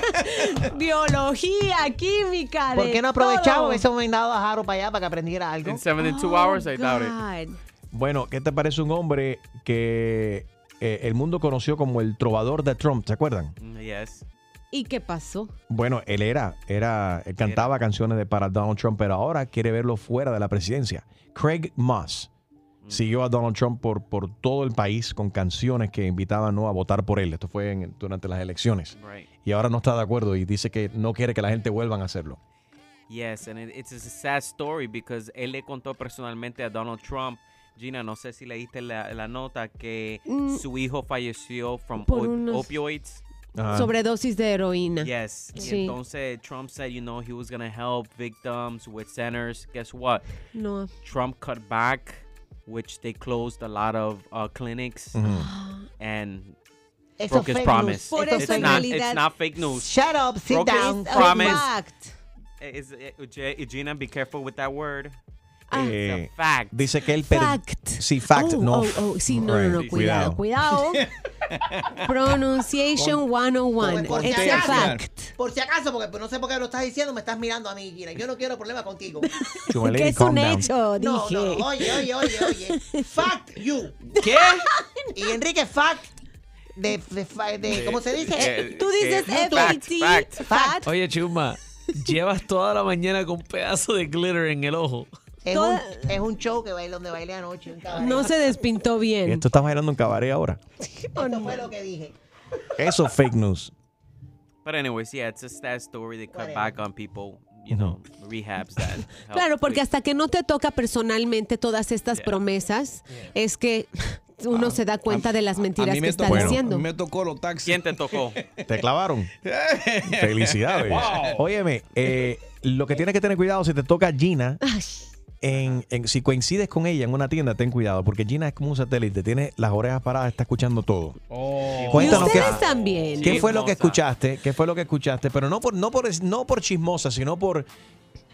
Biología, química. ¿Por de qué no todo. Oh, aprovechamos ese mandado a Jaro para allá para que aprendiera algo? In 72 hours, I doubt it. God. Bueno, ¿qué te parece un hombre que eh, el mundo conoció como el trovador de Trump, ¿se acuerdan? Yes. ¿Y qué pasó? Bueno, él era, era, él cantaba canciones de para Donald Trump, pero ahora quiere verlo fuera de la presidencia. Craig Moss siguió a Donald Trump por, por todo el país con canciones que invitaban ¿no? a votar por él. Esto fue en- durante las elecciones. Right. Y ahora no está de acuerdo y dice que no quiere que la gente vuelvan a hacerlo. Yes, and it- it's a sad story because él le contó personalmente a Donald Trump, Gina, no sé si leíste la, la nota, que Mm. su hijo falleció from Por op- unos- opioids. Sobredosis de heroína. Yes. Y Sí. entonces Trump said, you know, he was going to help victims with centers. Guess what? No. Trump cut back, which they closed a lot of uh, clinics Mm-hmm. Mhm. and Eso broke fake his news. promise. Por it's, eso en not, realidad- it's not fake news. Shut up, sit Broke his down. Promise. Eh, Is, eh, J- Gina, be careful with that word. Ah. Eh, fact. Dice que él per- Sí, fact. Oh, no. oh, oh, sí, no, no, no, Right. cuidado, cuidado. Pronunciation 101. Por si It's a acaso. fact. Por si acaso, porque pues no sé por qué lo estás diciendo, me estás mirando a mí, Gina. Yo no quiero problema contigo. Chumalí, Que es calm un down. hecho, No, dije. no, oye, oye, oye, oye. Fact you. ¿Qué? Y Enrique, fact. De, de, fa- de- ¿Cómo se dice? Eh, Tú dices eh, fact, FAT. fact. Fact. Oye, Chuma, llevas toda la mañana con un pedazo de glitter en el ojo. Es un, es un show que bailé, donde bailé anoche. un cabaret. No se despintó bien. Esto está bailando en cabaret ahora. Esto fue lo que dije. Eso es fake news. But anyways, yeah, it's a sad story. They cut back on people, you know, rehabs that. help Claro, porque with- hasta que no te toca personalmente todas estas promesas, es que Ah, uno se da cuenta de las mentiras que está diciendo. me tocó los taxis. ¿Quién te tocó? Te clavaron. Felicidades. Wow. Óyeme, eh, lo que tienes que tener cuidado si te toca Gina, en, en- si coincides con ella en una tienda, ten cuidado, porque Gina es como un satélite, tiene las orejas paradas, está escuchando todo. Oh. y Cuéntanos qué, ustedes también. qué fue lo que escuchaste, qué fue lo que escuchaste, pero no por, no por, no por chismosa, sino por,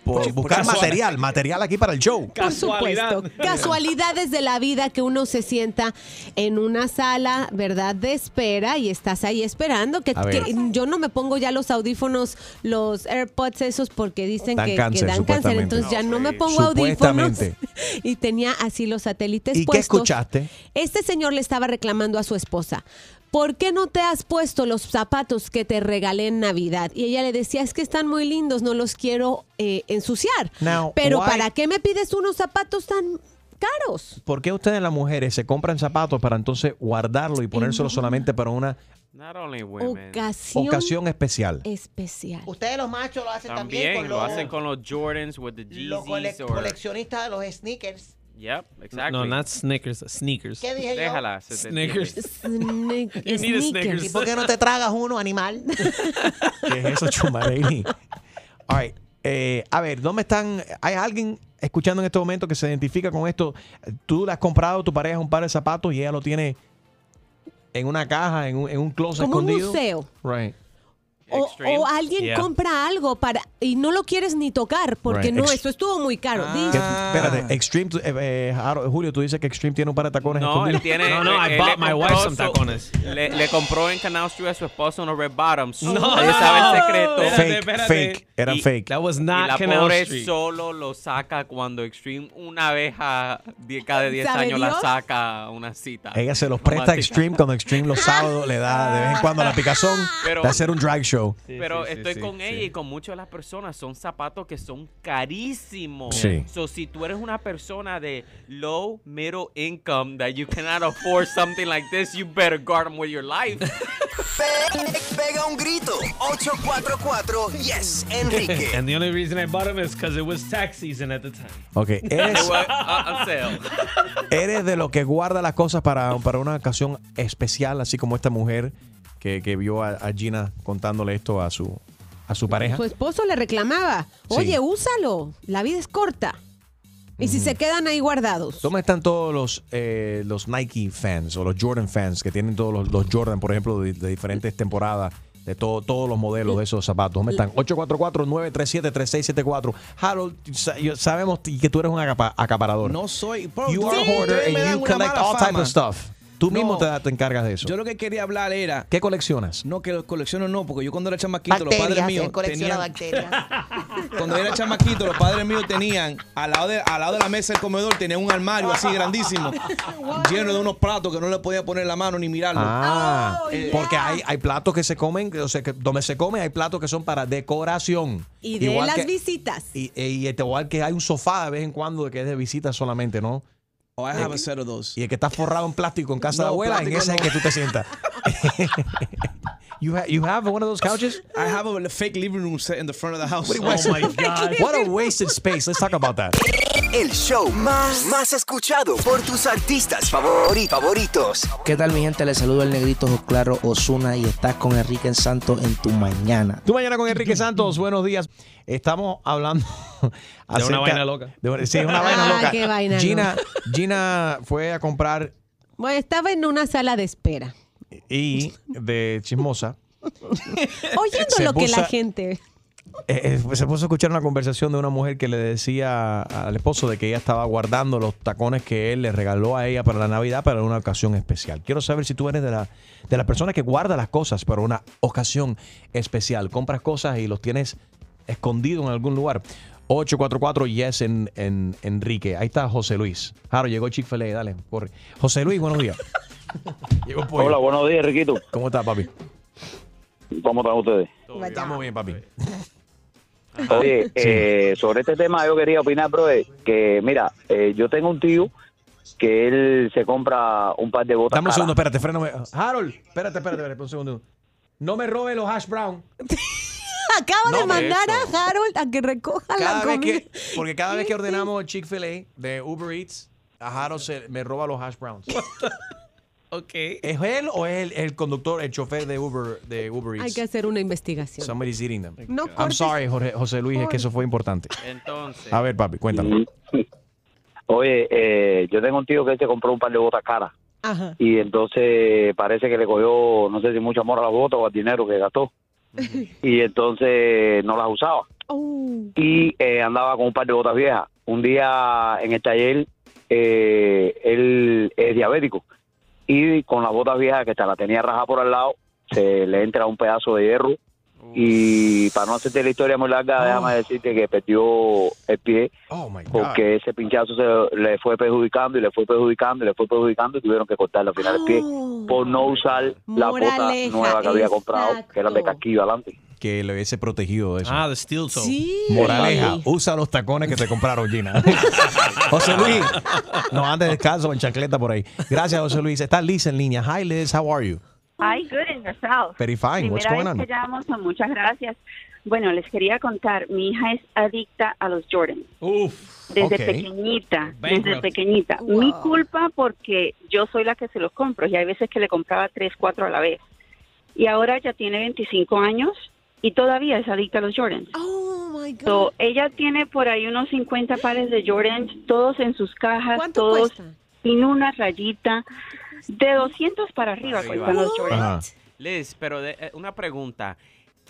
por Por buscar casual. material, material aquí para el show. Por supuesto. Casualidades de la vida que uno se sienta en una sala, ¿verdad? De espera y estás ahí esperando. Que, A ver. que- yo no me pongo ya los audífonos, los AirPods esos porque dicen Dan que, que cáncer, dan cáncer. supuestamente. Entonces ya No, no me sí. pongo audífonos. Supuestamente. Y tenía así los satélites ¿Y qué puestos. escuchaste? Este señor le estaba reclamando a su esposa. ¿Por qué no te has puesto los zapatos que te regalé en Navidad? Y ella le decía, es que están muy lindos, no los quiero eh, ensuciar. Now, Pero why- ¿para qué me pides unos zapatos tan caros? ¿Por qué ustedes las mujeres se compran zapatos para entonces guardarlo y ponérselo solamente para una Not only women. Ocasión, ocasión especial? especial. Ustedes los machos lo hacen también, También con lo los, hacen con los Jordans with the los cole- Yeezys or... coleccionistas de los sneakers. Yep, exactly. No, not Snickers, sneakers. ¿Qué dije yo? Déjala, se te Snickers. entiende. You need a Snickers. ¿Y por qué no te tragas uno, animal? ¿Qué es eso, Chumarelli? All right, eh, a ver, ¿dónde están? ¿Hay alguien escuchando en este momento que se identifica con esto? Tú le has comprado a tu pareja un par de zapatos y ella lo tiene en una caja, en un, en un closet Como un escondido. museo. Right. O, o alguien Yeah. compra algo para y no lo quieres ni tocar porque Right. no, Ex- Ah. esto estuvo muy caro. Que- Dije, espérate, Extreme, tú- eh, eh, Jaro- Julio, tú dices que Extreme tiene un par de tacones No, él escondidos. tiene... No, no, I él le bought my wife compró some su- tacones. Le, le compró en Canal Street a su esposo unos Red Bottoms. No, Él no, sabe el no. secreto. Espérate, Fake, espérate. fake. Eran Y- fake. That was Y not la Canal pobre Street. solo lo saca cuando Extreme una vez a die- cada 10 ¿Sabe años la Dios? saca a una cita. Ella se los presta a romántica. Extreme cuando Extreme los sábados le da de vez en cuando la picazón Pero- de hacer un drag show. Pero sí, sí, estoy sí, con sí. ella y con muchas de las personas son zapatos que son carísimos. Sí. So, si tú eres una persona de low middle income that you cannot afford something like this, you better guard them with your life. Pega un grito. 844 Yes, Enrique. And the only reason I bought them is because it was tax season at the time. Ok, eres, uh, on sale. eres de los que guarda las cosas para, para una ocasión especial, así como esta mujer que, que vio a, a Gina contándole esto a su, a su pareja. Pues, su esposo le reclamaba, Sí. oye, úsalo, la vida es corta. Y Mm. si se quedan ahí guardados. ¿Dónde están todos los, eh, los Nike fans o los Jordan fans que tienen todos los, los Jordan, por ejemplo, de, de diferentes temporadas, de todo, todos los modelos de esos zapatos? ¿Dónde están? 844-937-3674. Harold, sa- yo- sabemos t- que tú eres un acapa- acaparador. No soy. bro, You tú- are a hoarder ustedes and me dan you una collect mala all type fama. of stuff. Tú mismo No. te, te encargas de eso. Yo lo que quería hablar era ¿Qué coleccionas? No, que los colecciono no, porque yo cuando era chamaquito, los padres Bacterias, míos él colecciona tenían, bacterias. cuando era chamaquito, los padres míos tenían al lado de, al lado de la mesa del comedor tenían un armario así grandísimo, lleno de unos platos que no le podía poner la mano ni mirarlo. Ah, Oh, Eh, porque hay, hay platos que se comen, o sea, que donde se come hay platos que son para decoración. Y de Igual las que- visitas. Y, e, y este, igual que hay un sofá de vez en cuando que es de visita solamente, ¿no? Eh, Oh, I have a set of those. Y el que está forrado en plástico en casa de No, abuela, en plástico ese es el no. que tú te sientas. you, ha- you have one of those couches? I have a fake living room set in the front of the house. What a wasted- What a wasted space. Let's talk about that. El show más, más escuchado por tus artistas favori- favoritos. ¿Qué tal mi gente? Les saludo el negrito Ojos Claro Osuna y estás con Enrique Santos en tu mañana. Tú mañana con Enrique Santos, buenos días. Estamos hablando una vaina loca. de una- sí, una vaina Ah, loca. qué vaina Gina, Gina fue a comprar Bueno, estaba en una sala de espera, y de chismosa oyendo Se lo que la puso- gente... eh, eh, se puso a escuchar una conversación de una mujer que le decía al esposo de que ella estaba guardando los tacones que él le regaló a ella para la Navidad para una ocasión especial. Quiero saber si tú eres de la de las personas que guarda las cosas para una ocasión especial. Compras cosas y los tienes escondido en algún lugar. 844 Yes en, en- Enrique. Ahí está José Luis. Claro, llegó Chick-fil-A, dale, corre. José Luis, buenos días. Llegó pollo. Hola, buenos días, Riquito. ¿Cómo estás, papi? ¿Cómo están ustedes? Estamos bien, papi. Oye, eh, sobre este tema yo quería opinar, bro, eh, que mira, eh, yo tengo un tío que él se compra un par de botas. Dame un caras. segundo, espérate, fréname. Harold, espérate, espérate, espérate, un segundo. No me robe los hash brown. Acaba No, de mandar eso. a Harold a que recoja la Cada vez comida. que, porque cada vez que ordenamos Chick-fil-A de Uber Eats, a Harold se, me roba los hash browns. Ok. ¿Es él o es el, el conductor, el chofer de Uber, de Uber Hay Eats? que hacer una investigación. Somebody's eating them. No I'm cortes- sorry, Jorge- José Luis, es que eso fue importante. Entonces. A ver, papi, cuéntame. Oye, eh, yo tengo un tío que él se compró un par de botas caras Ajá. y entonces parece que le cogió, no sé si mucho amor a las botas o al dinero que gastó y entonces no las usaba. y eh, andaba con un par de botas viejas. Un día en el taller, eh, él es diabético y con las botas viejas que te la tenía rajada por al lado, se le entra un pedazo de hierro y para no hacerte la historia muy larga, déjame decirte que perdió el pie porque ese pinchazo se le fue perjudicando y le fue perjudicando y le fue perjudicando y tuvieron que cortarle al final el pie por no usar la bota Moraleja, nueva que había comprado, que eran de casquillo adelante. Que le hubiese protegido de eso. Ah, the steel toe. Sí. Moraleja, usa los tacones que te compraron, Gina. José Luis, no andes descalzo en chancleta por ahí. Gracias, José Luis. Está Liz en línea. Hi, Liz, how are you? Hi, good and yourself. Very fine. What's going Primera vez on? que llamo, so muchas gracias. Bueno, les quería contar, mi hija es adicta a los Jordans. Desde ok. pequeñita, desde Bankrupt. pequeñita. Mi culpa porque yo soy la que se los compro y hay veces que le compraba tres, cuatro a la vez. Y ahora ya tiene 25 años y todavía es adicta a los Jordans. Oh my God. So, ella tiene por ahí unos 50 pares de Jordans, todos en sus cajas, ¿Cuánto todos cuesta? sin una rayita, de 200 para arriba Arriba. cuestan los Jordans. Ajá. Liz, pero de- eh, una pregunta.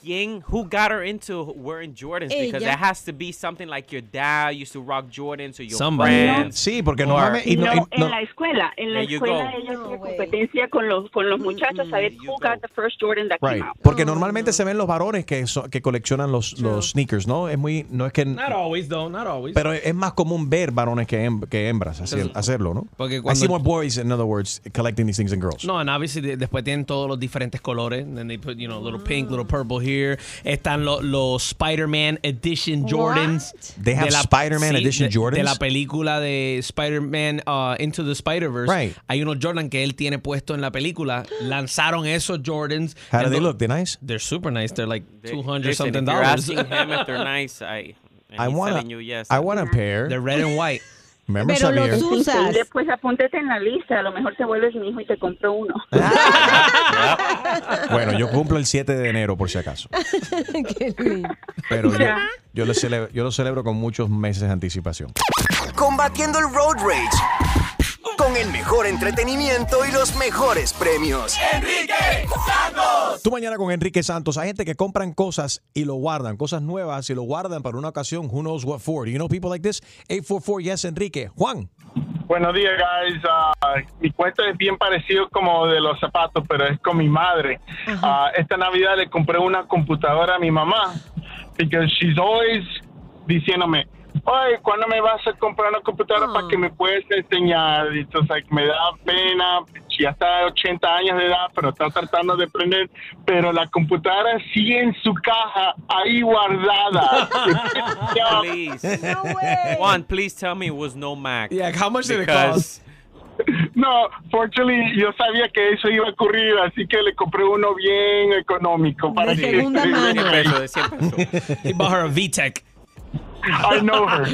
¿Quién, who got her into wearing Jordans? Because Ella. that has to be something like your dad used to rock Jordans or your Somebody. friends. Sí, porque no, Or- mames, y no- y en no- la escuela, en la There you escuela go. Mm, ella tiene competencia con los con los muchachos a ver who got the first Jordan that Right. came out. Porque normalmente se ven los varones que, so- que coleccionan los, los sneakers, ¿no? Es muy, no es que, Not always, though. Not always. pero es más común ver varones que, hem- que hembras hacer- hacerlo, ¿no? Porque I cuando- see more boys, in other words, collecting these things than girls. No, and obviously de- después tienen todos los diferentes colores. And then they put, you know, little pink, little purple here. Están lo- los Spider-Man Edition Jordans. They have De la- Spider-Man Edition de- Jordans? De la película de Spider-Man uh, Into the Spider-Verse. Right. Hay unos Jordan que él tiene puesto en la película. Lanzaron esos Jordans. How do And they lo- look? They nice? They're super nice. They're like They- 200 listen, something if you're dollars. asking him if they're nice, I, and I he's want telling you a, yes. I want a pair. They're red and white. Remember Xavier? usas. Después apúntate en la lista, a lo mejor te vuelves mi hijo y te compro uno. Ah. Bueno, yo cumplo el 7 de enero, por si acaso. Qué lindo. Pero yo, yo, lo celebro, yo lo celebro con muchos meses de anticipación. Combatiendo el road rage. Con el mejor entretenimiento y los mejores premios. ¡Enrique Santos! Tú mañana con Enrique Santos. Hay gente que compran cosas y lo guardan, cosas nuevas y lo guardan para una ocasión. Who knows what for? Do you know people like this? 844 Yes Enrique. Juan. Buenos días, guys. Ah, mi cuento es bien parecido como de los zapatos, pero es con mi madre. Ah, esta Navidad le compré una computadora a mi mamá, because she's always diciéndome, ay, ¿cuándo me vas a comprar una computadora para que me puedas enseñar? Y entonces, like, me da pena, ya está de 80 años de edad, pero está tratando de aprender, pero la computadora sigue en su caja, ahí guardada. please. Juan, please tell me it was no Mac. Yeah, how much did it Because- No, fortunately, yo sabía que eso iba a ocurrir, así que le compré uno bien económico para que de 100 pesos. He bought her a VTech. I know her.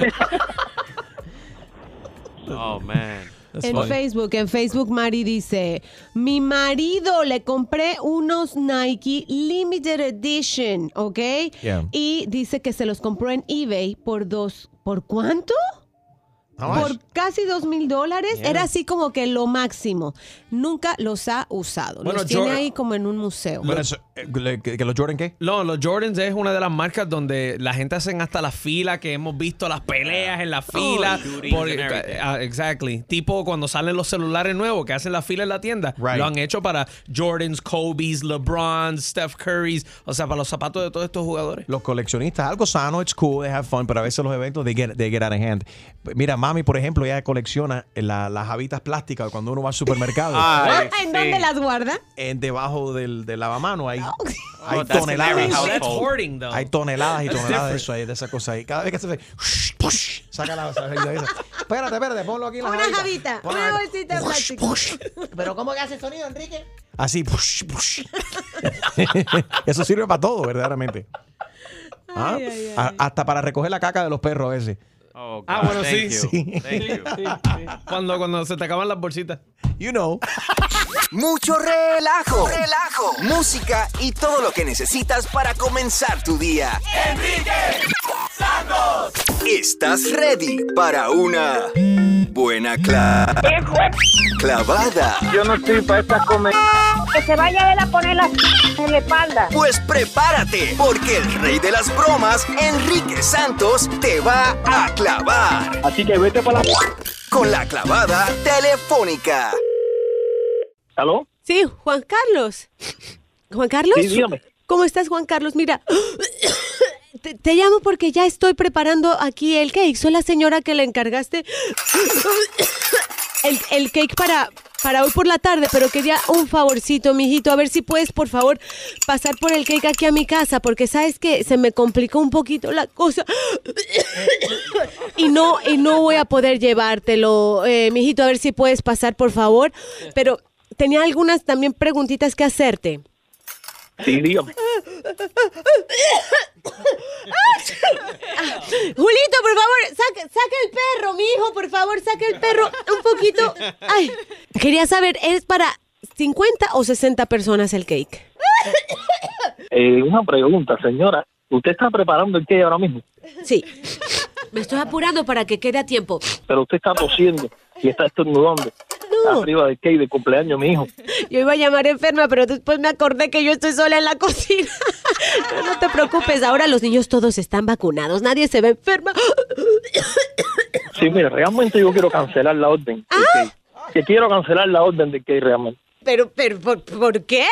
Oh, man. en Facebook, en Facebook Mari dice, mi marido le compré unos Nike Limited Edition, ¿ok? Yeah. Y dice que se los compró en eBay por dos, ¿por cuánto? How much? Por casi dos mil dólares. Yeah. Era así como que lo máximo. Nunca los ha usado. Bueno, los tiene Jordan- ahí como en un museo. eh, ¿Que los Jordan qué? No, los Jordans es una de las marcas donde la gente hacen hasta la fila, que hemos visto las peleas Ah. en la fila. Oh, shootings por- and everything. ah, exactly. Tipo cuando salen los celulares nuevos, que hacen la fila en la tienda. Lo han hecho para Jordans, Kobe's, LeBron's, Steph Curry's, o sea, para los zapatos de todos estos jugadores. Los coleccionistas, algo sano, it's cool, they have fun, pero a veces los eventos, they get, they get out of hand. Mira, mami, por ejemplo, ella colecciona la- las habitas plásticas cuando uno va al supermercado. Ah, ¿En dónde las guarda? En debajo del, del lavamano hay, hay Oh, that's toneladas. very That's hoarding, though. hay toneladas y That's toneladas de, different. eso ahí, de esa cosa ahí. Cada vez que se ve, shush, push, saca la saca la- esa. Espérate, espérate, ponlo aquí en la Una jabita. jabita, Ponlo una ahí. bolsita Push, plástica. push. Pero ¿cómo que hace sonido, Enrique? Así, push, push. Eso sirve para todo, verdaderamente. ¿Ah? Ay, ay, A- hasta para recoger la caca de los perros ese. Oh, Ah, God, bueno, sí. thank you. Sí. Thank you. Sí, sí. Cuando, cuando se te acaban las bolsitas. You know. Mucho relajo, relajo, música y todo lo que necesitas para comenzar tu día. Enrique Santos. ¿Estás ready para una buena cla- clavada? Yo no estoy para esta comer. Que se vaya él a poner la en la espalda. Pues prepárate, porque el rey de las bromas, Enrique Santos, te va a clavar. Así que vete para la... Con la clavada telefónica. ¿Aló? Sí, Juan Carlos. Juan Carlos. Sí, dígame. ¿Cómo estás, Juan Carlos? Mira, te, te llamo porque ya estoy preparando aquí el cake. Soy la señora que le encargaste el, el cake para, para hoy por la tarde, pero quería un favorcito, mijito. A ver si puedes, por favor, pasar por el cake aquí a mi casa, porque sabes que se me complicó un poquito la cosa. Y no, y no voy a poder llevártelo, eh, mijito, a ver si puedes pasar, por favor. Pero tenía algunas también preguntitas que hacerte. Sí, dígame. Ah, Julito, por favor, saca, saca el perro, mi hijo, por favor, saca el perro un poquito. Ay, quería saber, ¿es para 50 o 60 personas el cake? Eh, una pregunta, señora. ¿Usted está preparando el té ahora mismo? Sí. Me estoy apurando para que quede a tiempo. Pero usted está tosiendo y está estornudando. Arriba del cake de cumpleaños, mi hijo. Yo iba a llamar enferma, pero después me acordé que yo estoy sola en la cocina. No, no te preocupes, ahora los niños todos están vacunados, nadie se ve enferma. Sí, mire, realmente yo quiero cancelar la orden. del cake. Que quiero cancelar la orden del cake realmente. Pero, pero, ¿por, por qué?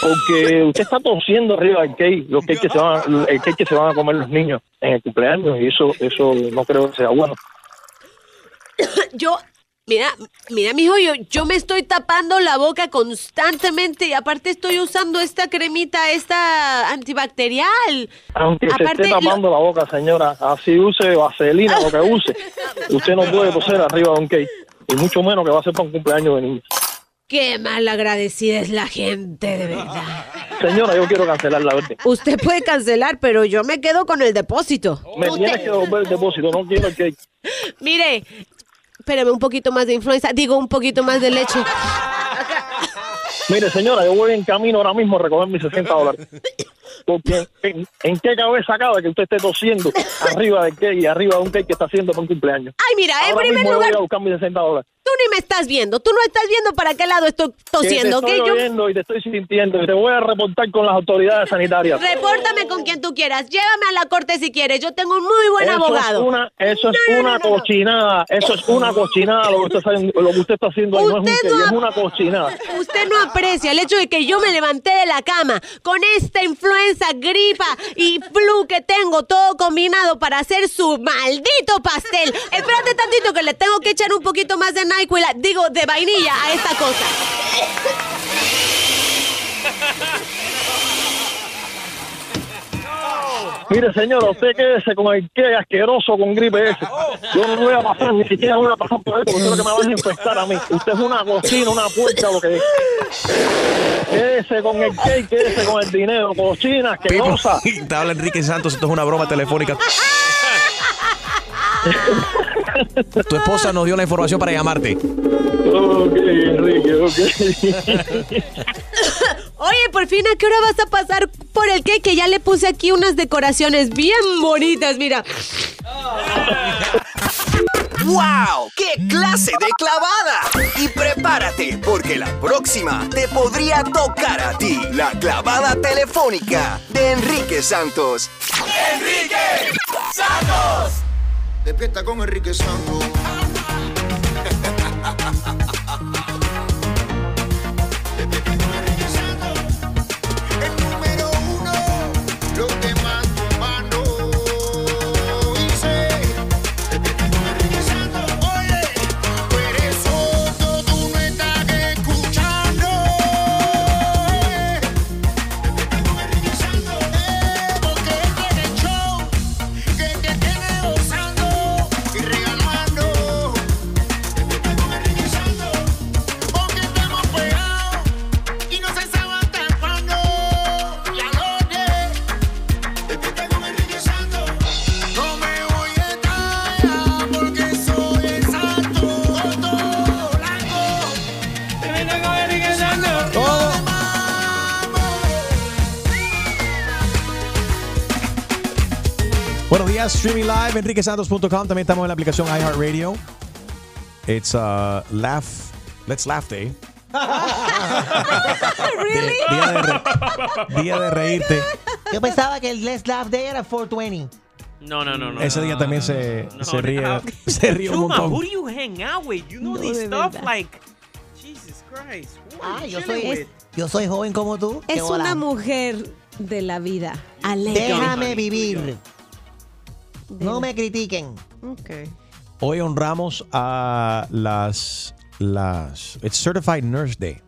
Porque usted está tosiendo arriba del cake, los cakes que se van, el cake que se van a comer los niños en el cumpleaños y eso, eso no creo que sea bueno. Yo, mira, mira, mijo, yo, yo me estoy tapando la boca constantemente y aparte estoy usando esta cremita, esta antibacterial. Aunque se Aparte, esté lo- tapando la boca, señora, así use vaselina, lo que use. Usted no puede coser arriba de un cake. Y mucho menos que va a ser para un cumpleaños de niños. Qué mal agradecida es la gente, de verdad. Señora, yo quiero cancelar la orden. Usted puede cancelar, pero yo me quedo con el depósito. Me Usted- tienes que devolver el depósito, no quiero el cake. Mire, espérame un poquito más de influenza, digo un poquito más de leche. Mire, señora, yo voy en camino ahora mismo a recoger mis 60 dólares. Porque, ¿en, en qué cabeza cabe que usted esté tosiendo arriba del cake y arriba de un cake que está haciendo para un cumpleaños? Ay, Ah, mira, en ahora primer mismo yo lugar, voy a buscar mis 60 dólares. tú ni me estás viendo. Tú no estás viendo para qué lado estoy tosiendo, que ¿ok? te estoy Yo- oyendo y te estoy sintiendo y te voy a reportar con las autoridades sanitarias. Repórtame con quien tú quieras. Llévame a la corte si quieres. Yo tengo un muy buen eso abogado. Es una, eso es una cochinada. Eso es una cochinada lo que usted está, lo que usted está haciendo. ahí, no es, un, no- qué, es una cochinada. Usted no aprecia el hecho de que yo me levanté de la cama con esta influenza, gripa y flu que tengo todo combinado para hacer su maldito pastel. Espérate tantito que le tengo que echar un poquito más de Nyquil, digo, de vainilla a esta cosa. Mire, señor, usted quédese con el que asqueroso con gripe ese. Yo no voy a pasar, ni siquiera voy a pasar por él porque usted es lo que me va a infectar a mí. Usted es una cocina, una puerta, lo que es. Quédese con el que quédese con el dinero. Cocina Pipo, asquerosa. te habla Enrique Santos, esto es una broma telefónica. tu esposa nos dio la información para llamarte. Ok, Enrique, Oye, por fin, ¿a qué hora vas a pasar por el qué? Que ya le puse aquí unas decoraciones bien bonitas, mira. ¡Wow! ¡Qué clase de clavada! Y prepárate, porque la próxima te podría tocar a ti la clavada telefónica de Enrique Santos. Enrique Santos. Despierta con Enrique Santos. El número uno, lo que más tomando. Y sé, Enrique Santos, oye, pero eso tú no estás escuchando. Enrique Santos, porque este es el show que te tiene gozando y regalando. Enrique Santos, porque estamos pegados. Y no se sabe hasta cuándo la noche Después de comer Enrique Santos No me voy a estar porque soy el santo Otro blanco Te vendo a comer Enrique Santos Todo Buenos días, streaming live, enriquesantos.com. También estamos en la aplicación iHeartRadio. It's uh, Laugh, Let's Laugh Day. Día de, re- día de reírte. Yo pensaba que el Let's Laugh Day era 420. No, no, no, no. Ese día también se, se ríe. Se ríe un Chuma, who montón. do you hang out with? You know No, this de stuff verdad. like Jesus Christ. Who are Ah, you yo chilling soy, with? yo soy joven como tú. Es Qué bola. una mujer de la vida. Alegre. Déjame vivir. No me critiquen. Hoy honramos a las. las It's Certified Nurse Day.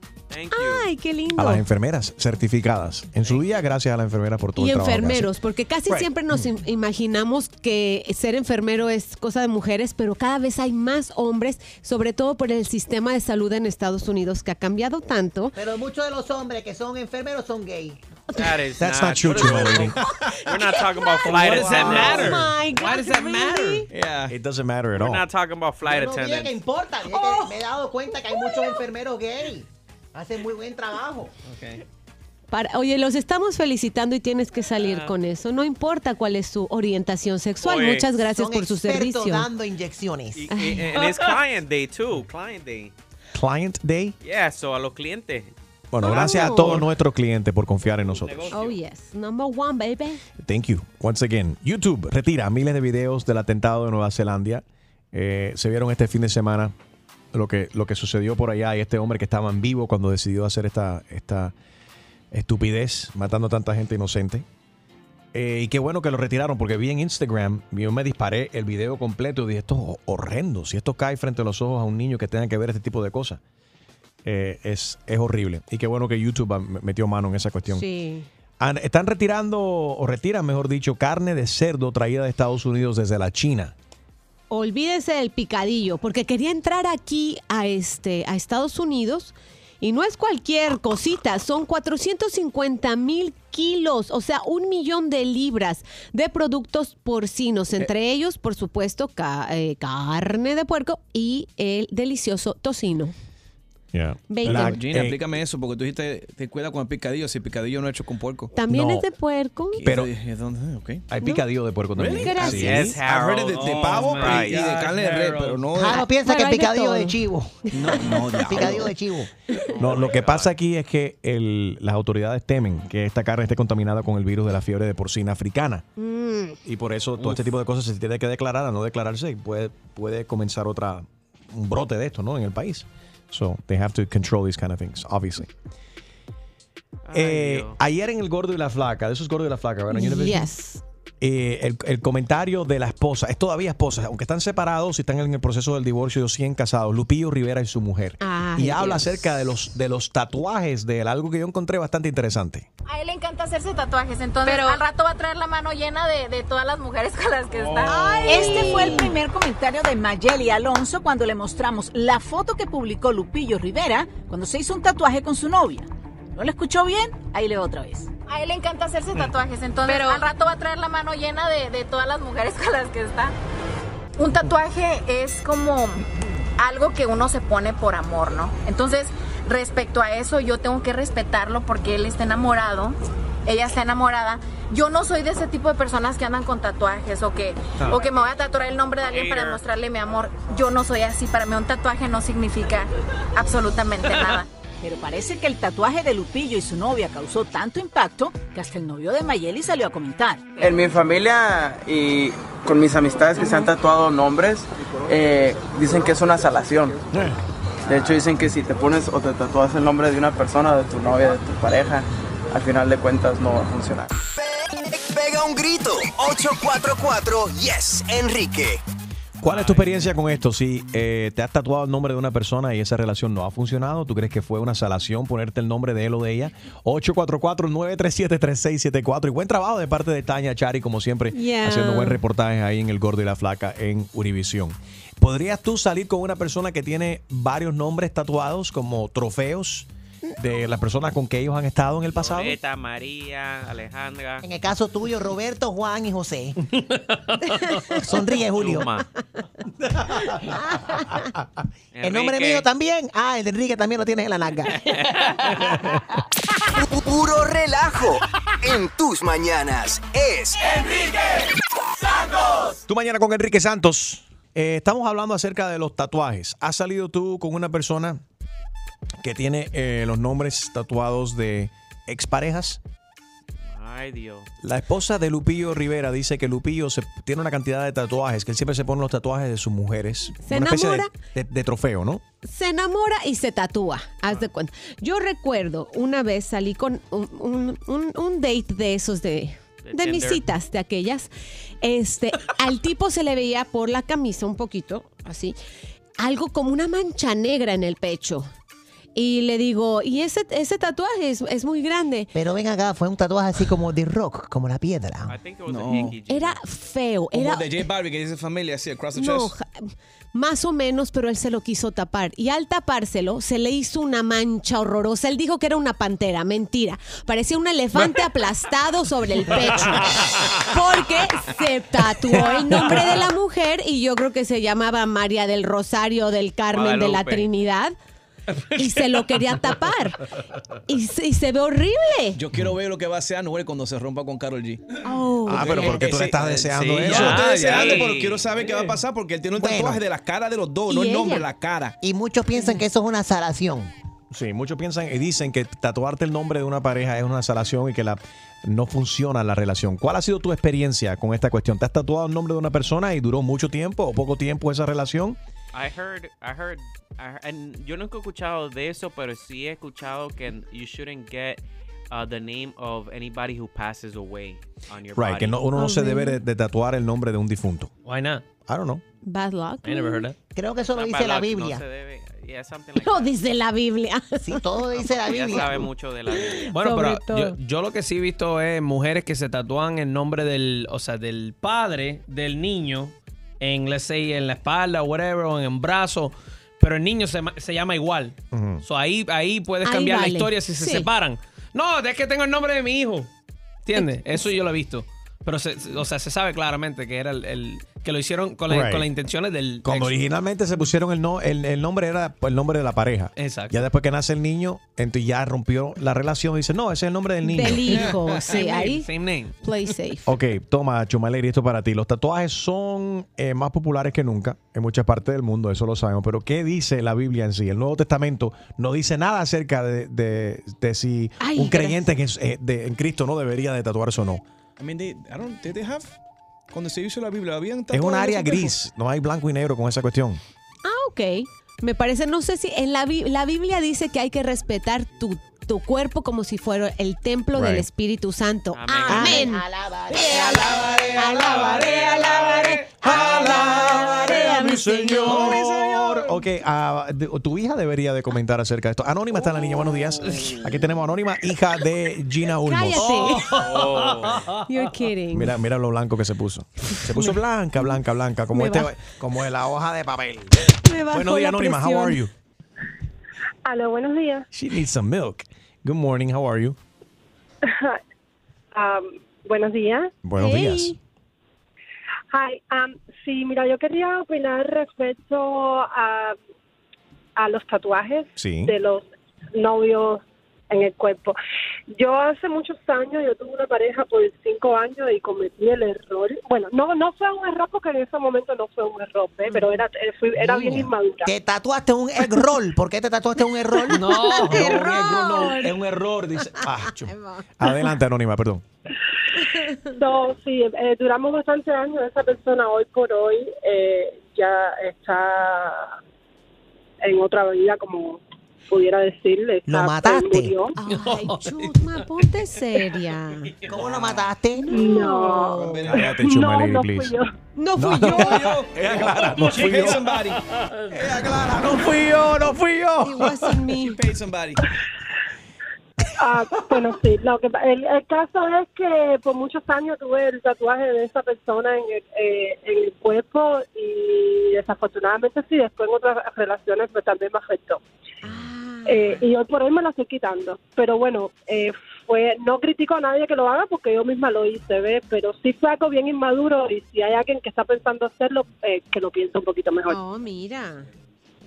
Ay, qué lindo. A las enfermeras certificadas. En su día, gracias a la enfermera por todo Y el trabajo. que enfermeros, hacen. porque casi Right. siempre nos im- imaginamos que ser enfermero es cosa de mujeres, pero cada vez hay más hombres, sobre todo por el sistema de salud en Estados Unidos que ha cambiado tanto. Pero muchos de los hombres que son enfermeros son gays. That is That's not, not true, Chuma Lady. We're not talking about flight What does that attendants. matter? Oh Why does that matter? Yeah. It doesn't matter at We're all. not talking about flight No dije que attendants. importa. dije que me he dado cuenta que Oh, hay muchos enfermeros gays. Hacen muy buen trabajo. Para- oye, los estamos felicitando y tienes que salir con eso. No importa cuál es su orientación sexual. Oye, Muchas gracias Son por su expertos servicio. dando inyecciones. Y- And it's client day too. Client day. Client Day. Yeah, so a los clientes. Bueno, gracias a todos nuestros clientes por confiar en nosotros. Oh, yes. Number one, baby. Thank you. Once again, YouTube retira miles de videos del atentado de Nueva Zelanda. Eh, se vieron este fin de semana lo que, lo que sucedió por allá y este hombre que estaba en vivo cuando decidió hacer esta, esta estupidez, matando a tanta gente inocente. Eh, y qué bueno que lo retiraron porque vi en Instagram, yo me disparé el video completo y dije, esto es ho- horrendo. Si esto cae frente a los ojos a un niño que tenga que ver este tipo de cosas, eh, es, es horrible. Y qué bueno que YouTube ah, me- metió mano en esa cuestión. Sí. Han- Ah, Están retirando, o retiran, mejor dicho, carne de cerdo traída de Estados Unidos desde la China. olvídese del picadillo, porque quería entrar aquí a este a Estados Unidos y no es cualquier cosita, son 450 mil kilos, o sea, un millón de libras de productos porcinos, entre ellos, por supuesto, ca- eh, carne de puerco y el delicioso tocino. Yeah. Veinte. La- Eh, Gina, explícame eso, porque tú dijiste, te cuidas con el picadillo, si el picadillo no es hecho con puerco. También No. es de puerco. Pero Eh, ¿dónde? Ok. hay picadillo de puerco también. Really? Sí. Gracias. Yes, Harold. I've heard it de- de Oh, pavo my y- y de God, carne de res, Harold. pero no de- Claro, Ah, piensa Pero que el hay de picadillo todo. de chivo. No, no, diablo. Picadillo de chivo. No, lo que pasa aquí es que el- las autoridades temen que esta carne esté contaminada con el virus de la fiebre de porcina africana. Mm. Y por eso todo este tipo de cosas se tiene que declarar, a no declararse, puede, puede comenzar otra, un brote de esto, ¿no? En el país. So, they have to control these kind of things, obviously. Eh, ayer en El Gordo y la Flaca, de esos Gordo y la Flaca, ¿verdad? Univision? Yes. Eh, el, el comentario de la esposa, es todavía esposa, aunque están separados y están en el proceso del divorcio, ellos siguen casados, Lupillo Rivera y su mujer. Ay, y habla Dios. acerca de los, de los tatuajes de él, algo que yo encontré bastante interesante. A él le encanta hacerse tatuajes, entonces Pero- al rato va a traer la mano llena de, de todas las mujeres con las Oh. que está. Este fue el primer comentario de Mayeli Alonso cuando le mostramos la foto que publicó Lupillo Rivera cuando se hizo un tatuaje con su novia. ¿No lo escuchó bien? Ahí leo otra vez. A él le encanta hacerse tatuajes, entonces Pero- al rato va a traer la mano llena de, de todas las mujeres con las que está. Un tatuaje es como algo que uno se pone por amor, ¿no? Entonces, respecto a eso, yo tengo que respetarlo porque él está enamorado, ella está enamorada. Yo no soy de ese tipo de personas que andan con tatuajes o que, Ah. o que me voy a tatuar el nombre de alguien para Hater. mostrarle mi amor. Yo no soy así. Para mí un tatuaje no significa absolutamente nada. Pero parece que el tatuaje de Lupillo y su novia causó tanto impacto que hasta el novio de Mayeli salió a comentar. En mi familia y con mis amistades que se han tatuado nombres, eh, dicen que es una salación. Eh. De hecho, dicen que si te pones o te tatúas el nombre de una persona, de tu novia, de tu pareja, al final de cuentas no va a funcionar. Pega un grito. 844-YES, Enrique. ¿Cuál es tu experiencia con esto? Si eh, te has tatuado el nombre de una persona y esa relación no ha funcionado, ¿tú crees que fue una salación ponerte el nombre de él o de ella? 844-937-3674. Y buen trabajo de parte de Tania Chari, como siempre, Yeah. haciendo buen reportaje ahí en El Gordo y la Flaca en Univisión. ¿Podrías tú salir con una persona que tiene varios nombres tatuados como trofeos de las personas con que ellos han estado en el pasado? Violeta, María, Alejandra. En el caso tuyo, Roberto, Juan y José. Sonríe, Julio. Luma. El nombre Enrique. mío también. Ah, el de Enrique también lo tienes en la narga. Puro relajo en tus mañanas es Enrique Santos. Tú mañana con Enrique Santos. Eh, estamos hablando acerca de los tatuajes. ¿Has salido tú con una persona que tiene eh, los nombres tatuados de exparejas? Ay, Dios. La esposa de Lupillo Rivera dice que Lupillo se- tiene una cantidad de tatuajes, que él siempre se pone los tatuajes de sus mujeres. Se una especie de- enamora. de, de trofeo, ¿no? se enamora y se tatúa. Haz de cuenta. Yo recuerdo una vez salí con un, un- un- un date de esos de. De De mis Tinder. citas, de aquellas. Este, al tipo se le veía por la camisa un poquito, así, algo como una mancha negra en el pecho. Y le digo, y ese, ese tatuaje es, es muy grande. Pero ven acá, fue un tatuaje así como de rock, como la piedra. No. Era feo, Como era el de J Barbie que dice familia así, across the No, chest. ja- más o menos, pero él se lo quiso tapar. Y al tapárselo, se le hizo una mancha horrorosa. Él dijo que era una pantera, mentira. Parecía un elefante aplastado sobre el pecho. Porque se tatuó el nombre de la mujer y yo creo que se llamaba María del Rosario del Carmen de la Guadalupe. Trinidad. Y se lo quería tapar. Y se, y se ve horrible. Yo quiero ver lo que va a hacer Anuel cuando se rompa con Karol G. Oh. Ah, pero ¿por qué tú le estás Ese- eh, deseando sí, eso? Yo lo estoy Ah, deseando, sí. pero quiero saber qué va a pasar porque él tiene un tatuaje de la cara de los dos, no ¿Y el nombre, ella? la cara. Y muchos piensan que eso es una salación. Sí, muchos piensan y dicen que tatuarte el nombre de una pareja es una salación y que la, no funciona la relación. ¿Cuál ha sido tu experiencia con esta cuestión? ¿Te has tatuado el nombre de una persona y duró mucho tiempo o poco tiempo esa relación? I heard, I heard, I heard- and yo nunca he escuchado de eso, pero sí he escuchado que you shouldn't get uh, the name of anybody who passes away on your Right, body. que no- uno no se debe de, de tatuar el nombre de un difunto. Why not? I don't know. Bad luck. Creo que eso lo Not dice bad luck, la no Biblia. se debe- yeah, something like Lo dice la Biblia. Sí, todo dice la Ya Biblia. sabe mucho de la Biblia. Bueno, Sobre pero yo, yo lo que sí he visto es mujeres que se tatúan el nombre del, o sea, del padre del niño en, let's say, en la espalda, whatever, o en el brazo, pero el niño se, ma- se llama igual. Ujú. So, ahí, ahí puedes Ahí cambiar vale. la historia si se Sí. separan. No, es que tengo el nombre de mi hijo. ¿Entiendes? Eso yo lo he visto. Pero, se, se- o sea, se sabe claramente que era el, el- que lo hicieron con, la- Right. con las intenciones del. Cuando ex. originalmente se pusieron el, no, el, el nombre era el nombre de la pareja. Exacto. Ya después que nace el niño, entonces ya rompió la relación y dice, no, ese es el nombre del niño. Del hijo, Oh, sí, Same name, ahí. Same name. Play safe. Ok, toma, Chumaleri, esto para ti. Los tatuajes son eh, más populares que nunca en muchas partes del mundo, eso lo sabemos. Pero, ¿qué dice la Biblia en sí? El Nuevo Testamento no dice nada acerca de, de- de si Ay, un creyente que es- eh, de- en Cristo no debería de tatuarse o no. I mean, they, I don't, did they have, cuando se hizo la Biblia, Es habían un tatuajes área en su cuerpo? gris, no hay blanco y negro con esa cuestión. Ah, ok. Me parece, no sé si en la, Bi- la Biblia dice que hay que respetar tu, tu cuerpo como si fuera el templo del Right. Espíritu Santo. Amén. Amén. Alabaré, alabaré, alabaré, alabaré a mi Señor. Oh, Ok, ah, de- tu hija debería de comentar acerca de esto. Anónima está la niña, buenos días. Aquí tenemos a Anónima, hija de Gina Ulmos. Cállate. Oh. You're kidding. Mira, mira lo blanco que se puso. Se puso blanca, blanca, blanca, como me este, va- como de la hoja de papel. Me bajó Buenos la días, Anónima. How presión. are you? Aló, buenos días. She needs some milk. Good morning. How are you? Um, buenos días. Buenos días. Hi, um, sí, mira, yo quería opinar respecto a, a los tatuajes Sí. de los novios en el cuerpo. Yo hace muchos años, yo tuve una pareja por cinco años y cometí el error. Bueno, no no fue un error porque en ese momento no fue un error, ¿eh? Mm. pero era, eh, fui- era bien Niña, inmadura. Te tatuaste un egg roll. ¿Por qué te tatuaste un egg roll? No, no, un egg roll no, es un error. Dice, ah, chu- Adelante, Anónima, perdón. No, sí, eh, duramos bastante años. Esa persona hoy por hoy eh, ya está en otra vida, como pudiera decirle. Está- pues, Lo mataste. murió. Ay, Chusma, ponte seria. ¿Cómo lo mataste? No. Cállate, Chumaleri, no please. fui yo. No fui yo. Ella clara, no fui yo. No fui yo, no fui yo. It wasn't me. Ah, bueno, sí, lo que, pa- el, el caso es que por muchos años tuve el tatuaje de esa persona en el, eh, en el cuerpo y desafortunadamente sí, después en otras relaciones pues, también me afectó. Ah. Eh, y hoy por hoy me la estoy quitando. Pero bueno, eh, fue, no critico a nadie que lo haga porque yo misma lo hice, ¿ves? Pero sí fue algo bien inmaduro y si hay alguien que está pensando hacerlo, eh, que lo piense un poquito mejor. Oh, mira.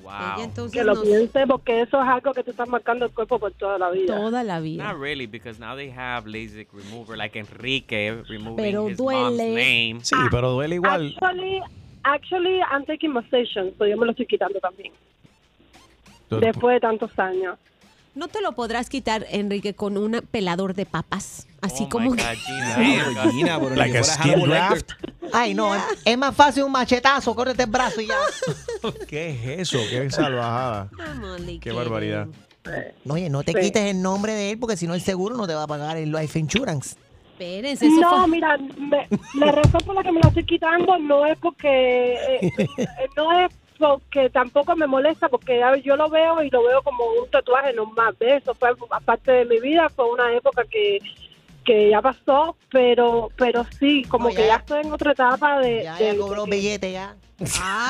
Ella entonces que lo nos- piense porque eso es algo que te estás marcando el cuerpo por toda la vida. Toda la vida. Not really, because now they have LASIK remover, like Enrique removing Pero his mom's duele. name. Sí, pero duele igual. Ah, Actually, actually, I'm taking my session, so yo me lo estoy quitando también. Tú- Después de tantos años. No te lo podrás quitar, Enrique, con un pelador de papas. Así Oh, como my que. God, Gina. Mierda, Gina, pero ni Like que a fuera skin Hannibal Lecter. graft. Ay, no, es- es más fácil un machetazo. Córrete el brazo y ya. ¿Qué es eso? Qué salvajada. Qué barbaridad. No, Oye, no te Sí. quites el nombre de él porque si no el seguro no te va a pagar el life insurance. Espérense, eso No, fue- mira, me- la razón por la que me la estoy quitando no es porque eh, eh, no es porque tampoco me molesta, porque ya yo lo veo y lo veo como un tatuaje normal. ¿ves? Eso fue algo- aparte de mi vida, fue una época que que ya pasó, pero pero sí, como No, que ya- ya estoy en otra etapa de... Ya, ya de- cobró billete ya.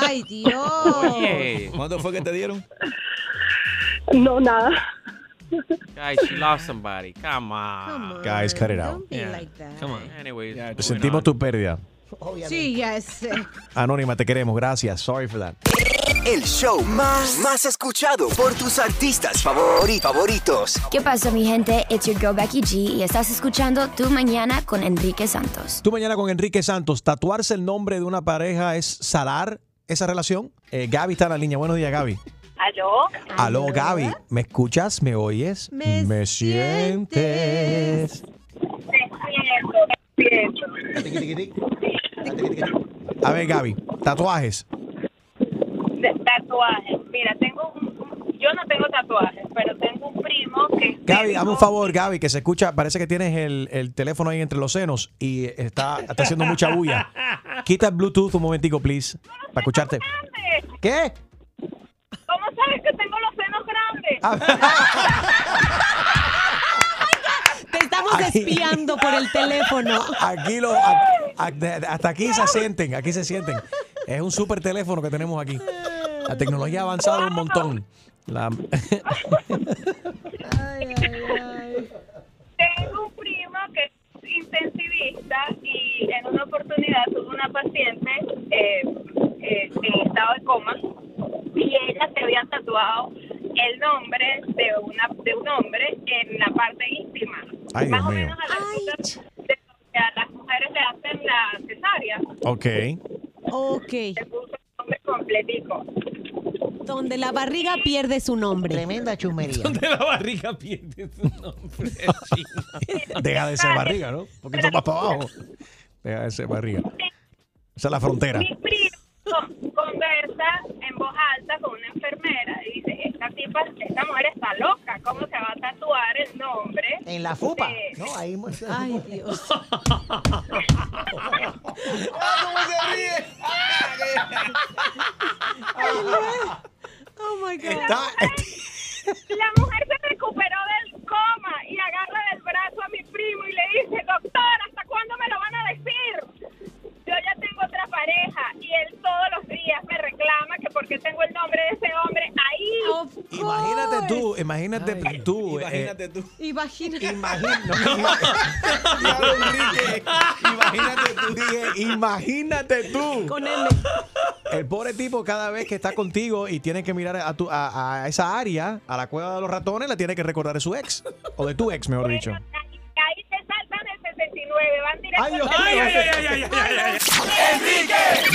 Ay, Dios. Oye. ¿Cuánto fue que te dieron? No, nada. Guys, she lost somebody. Come on. Come on. Guys, cut it out. be like that. Come on. Anyways, moving Sentimos on. tu pérdida. Sí, ya sé. Anónima, te queremos. Gracias. Sorry for that. El show más, más escuchado por tus artistas favori- favoritos. ¿Qué pasa, mi gente? It's your girl Becky G y estás escuchando Tu Mañana con Enrique Santos. Tú mañana con Enrique Santos. ¿Tatuarse el nombre de una pareja es salar esa relación? Eh, Gaby está en la línea. Buenos días, Gaby. ¿Aló? Aló, Gaby. ¿Me escuchas? ¿Me oyes? ¿Me, sientes? A ver, Gaby. Tatuajes. Tatuajes. Mira, tengo un- yo no tengo tatuajes, pero tengo un primo que Gaby, hazme un favor, Gaby, que se escucha. Parece que tienes el, el teléfono ahí entre los senos y está, está haciendo mucha bulla. Quita el Bluetooth un momentico, please, para escucharte. ¿Qué? ¿Cómo sabes que tengo los senos grandes? Te estamos espiando por el teléfono. Aquí lo, a- a- de- hasta aquí se sienten, aquí se sienten. Es un super teléfono que tenemos aquí. La tecnología ha avanzado un montón. La- Tengo un primo que es intensivi- vista y en una oportunidad tuve una paciente eh, eh, en estado de coma y ella se había tatuado el nombre de una de un hombre en la parte íntima. Ay, Más Dios o mío. menos a la altura de lo que a las mujeres le hacen la cesárea. Ok. Ok. Completico. Donde la barriga pierde su nombre. Tremenda chumería. Donde la barriga pierde su nombre. Deja de ser barriga, ¿no? Porque tú vas para abajo. Deja de ser barriga. Esa es la frontera. Mi primo con- conversa en voz alta con una enfermera y dice, esta tipa, esta mujer está loca, ¿cómo se va a tatuar el nombre? En la fupa. de- No, ahí. Ay, Dios. Ah, Oh my God. La mujer se recuperó del coma y agarra del brazo a mi primo y le dice, doctor, ¿hasta cuándo me lo van a decir? Yo ya tengo otra pareja y él todos los días me reclama que porque tengo el nombre de ese hombre ahí. Imagínate tú, imagínate tú. eh, Imagínate tú. Imagínate. imagínate tú. imagínate tú. Con él. El pobre tipo cada vez que está contigo y tiene que mirar a, tu, a, a esa área, a la cueva de los ratones, la tiene que recordar de su ex. O de tu ex, mejor dicho. Ahí te saltan el 69, van directo Ay, al Dios mío. 69. Ay, ay, ay, ay, ay, ay, ay, ay. Enrique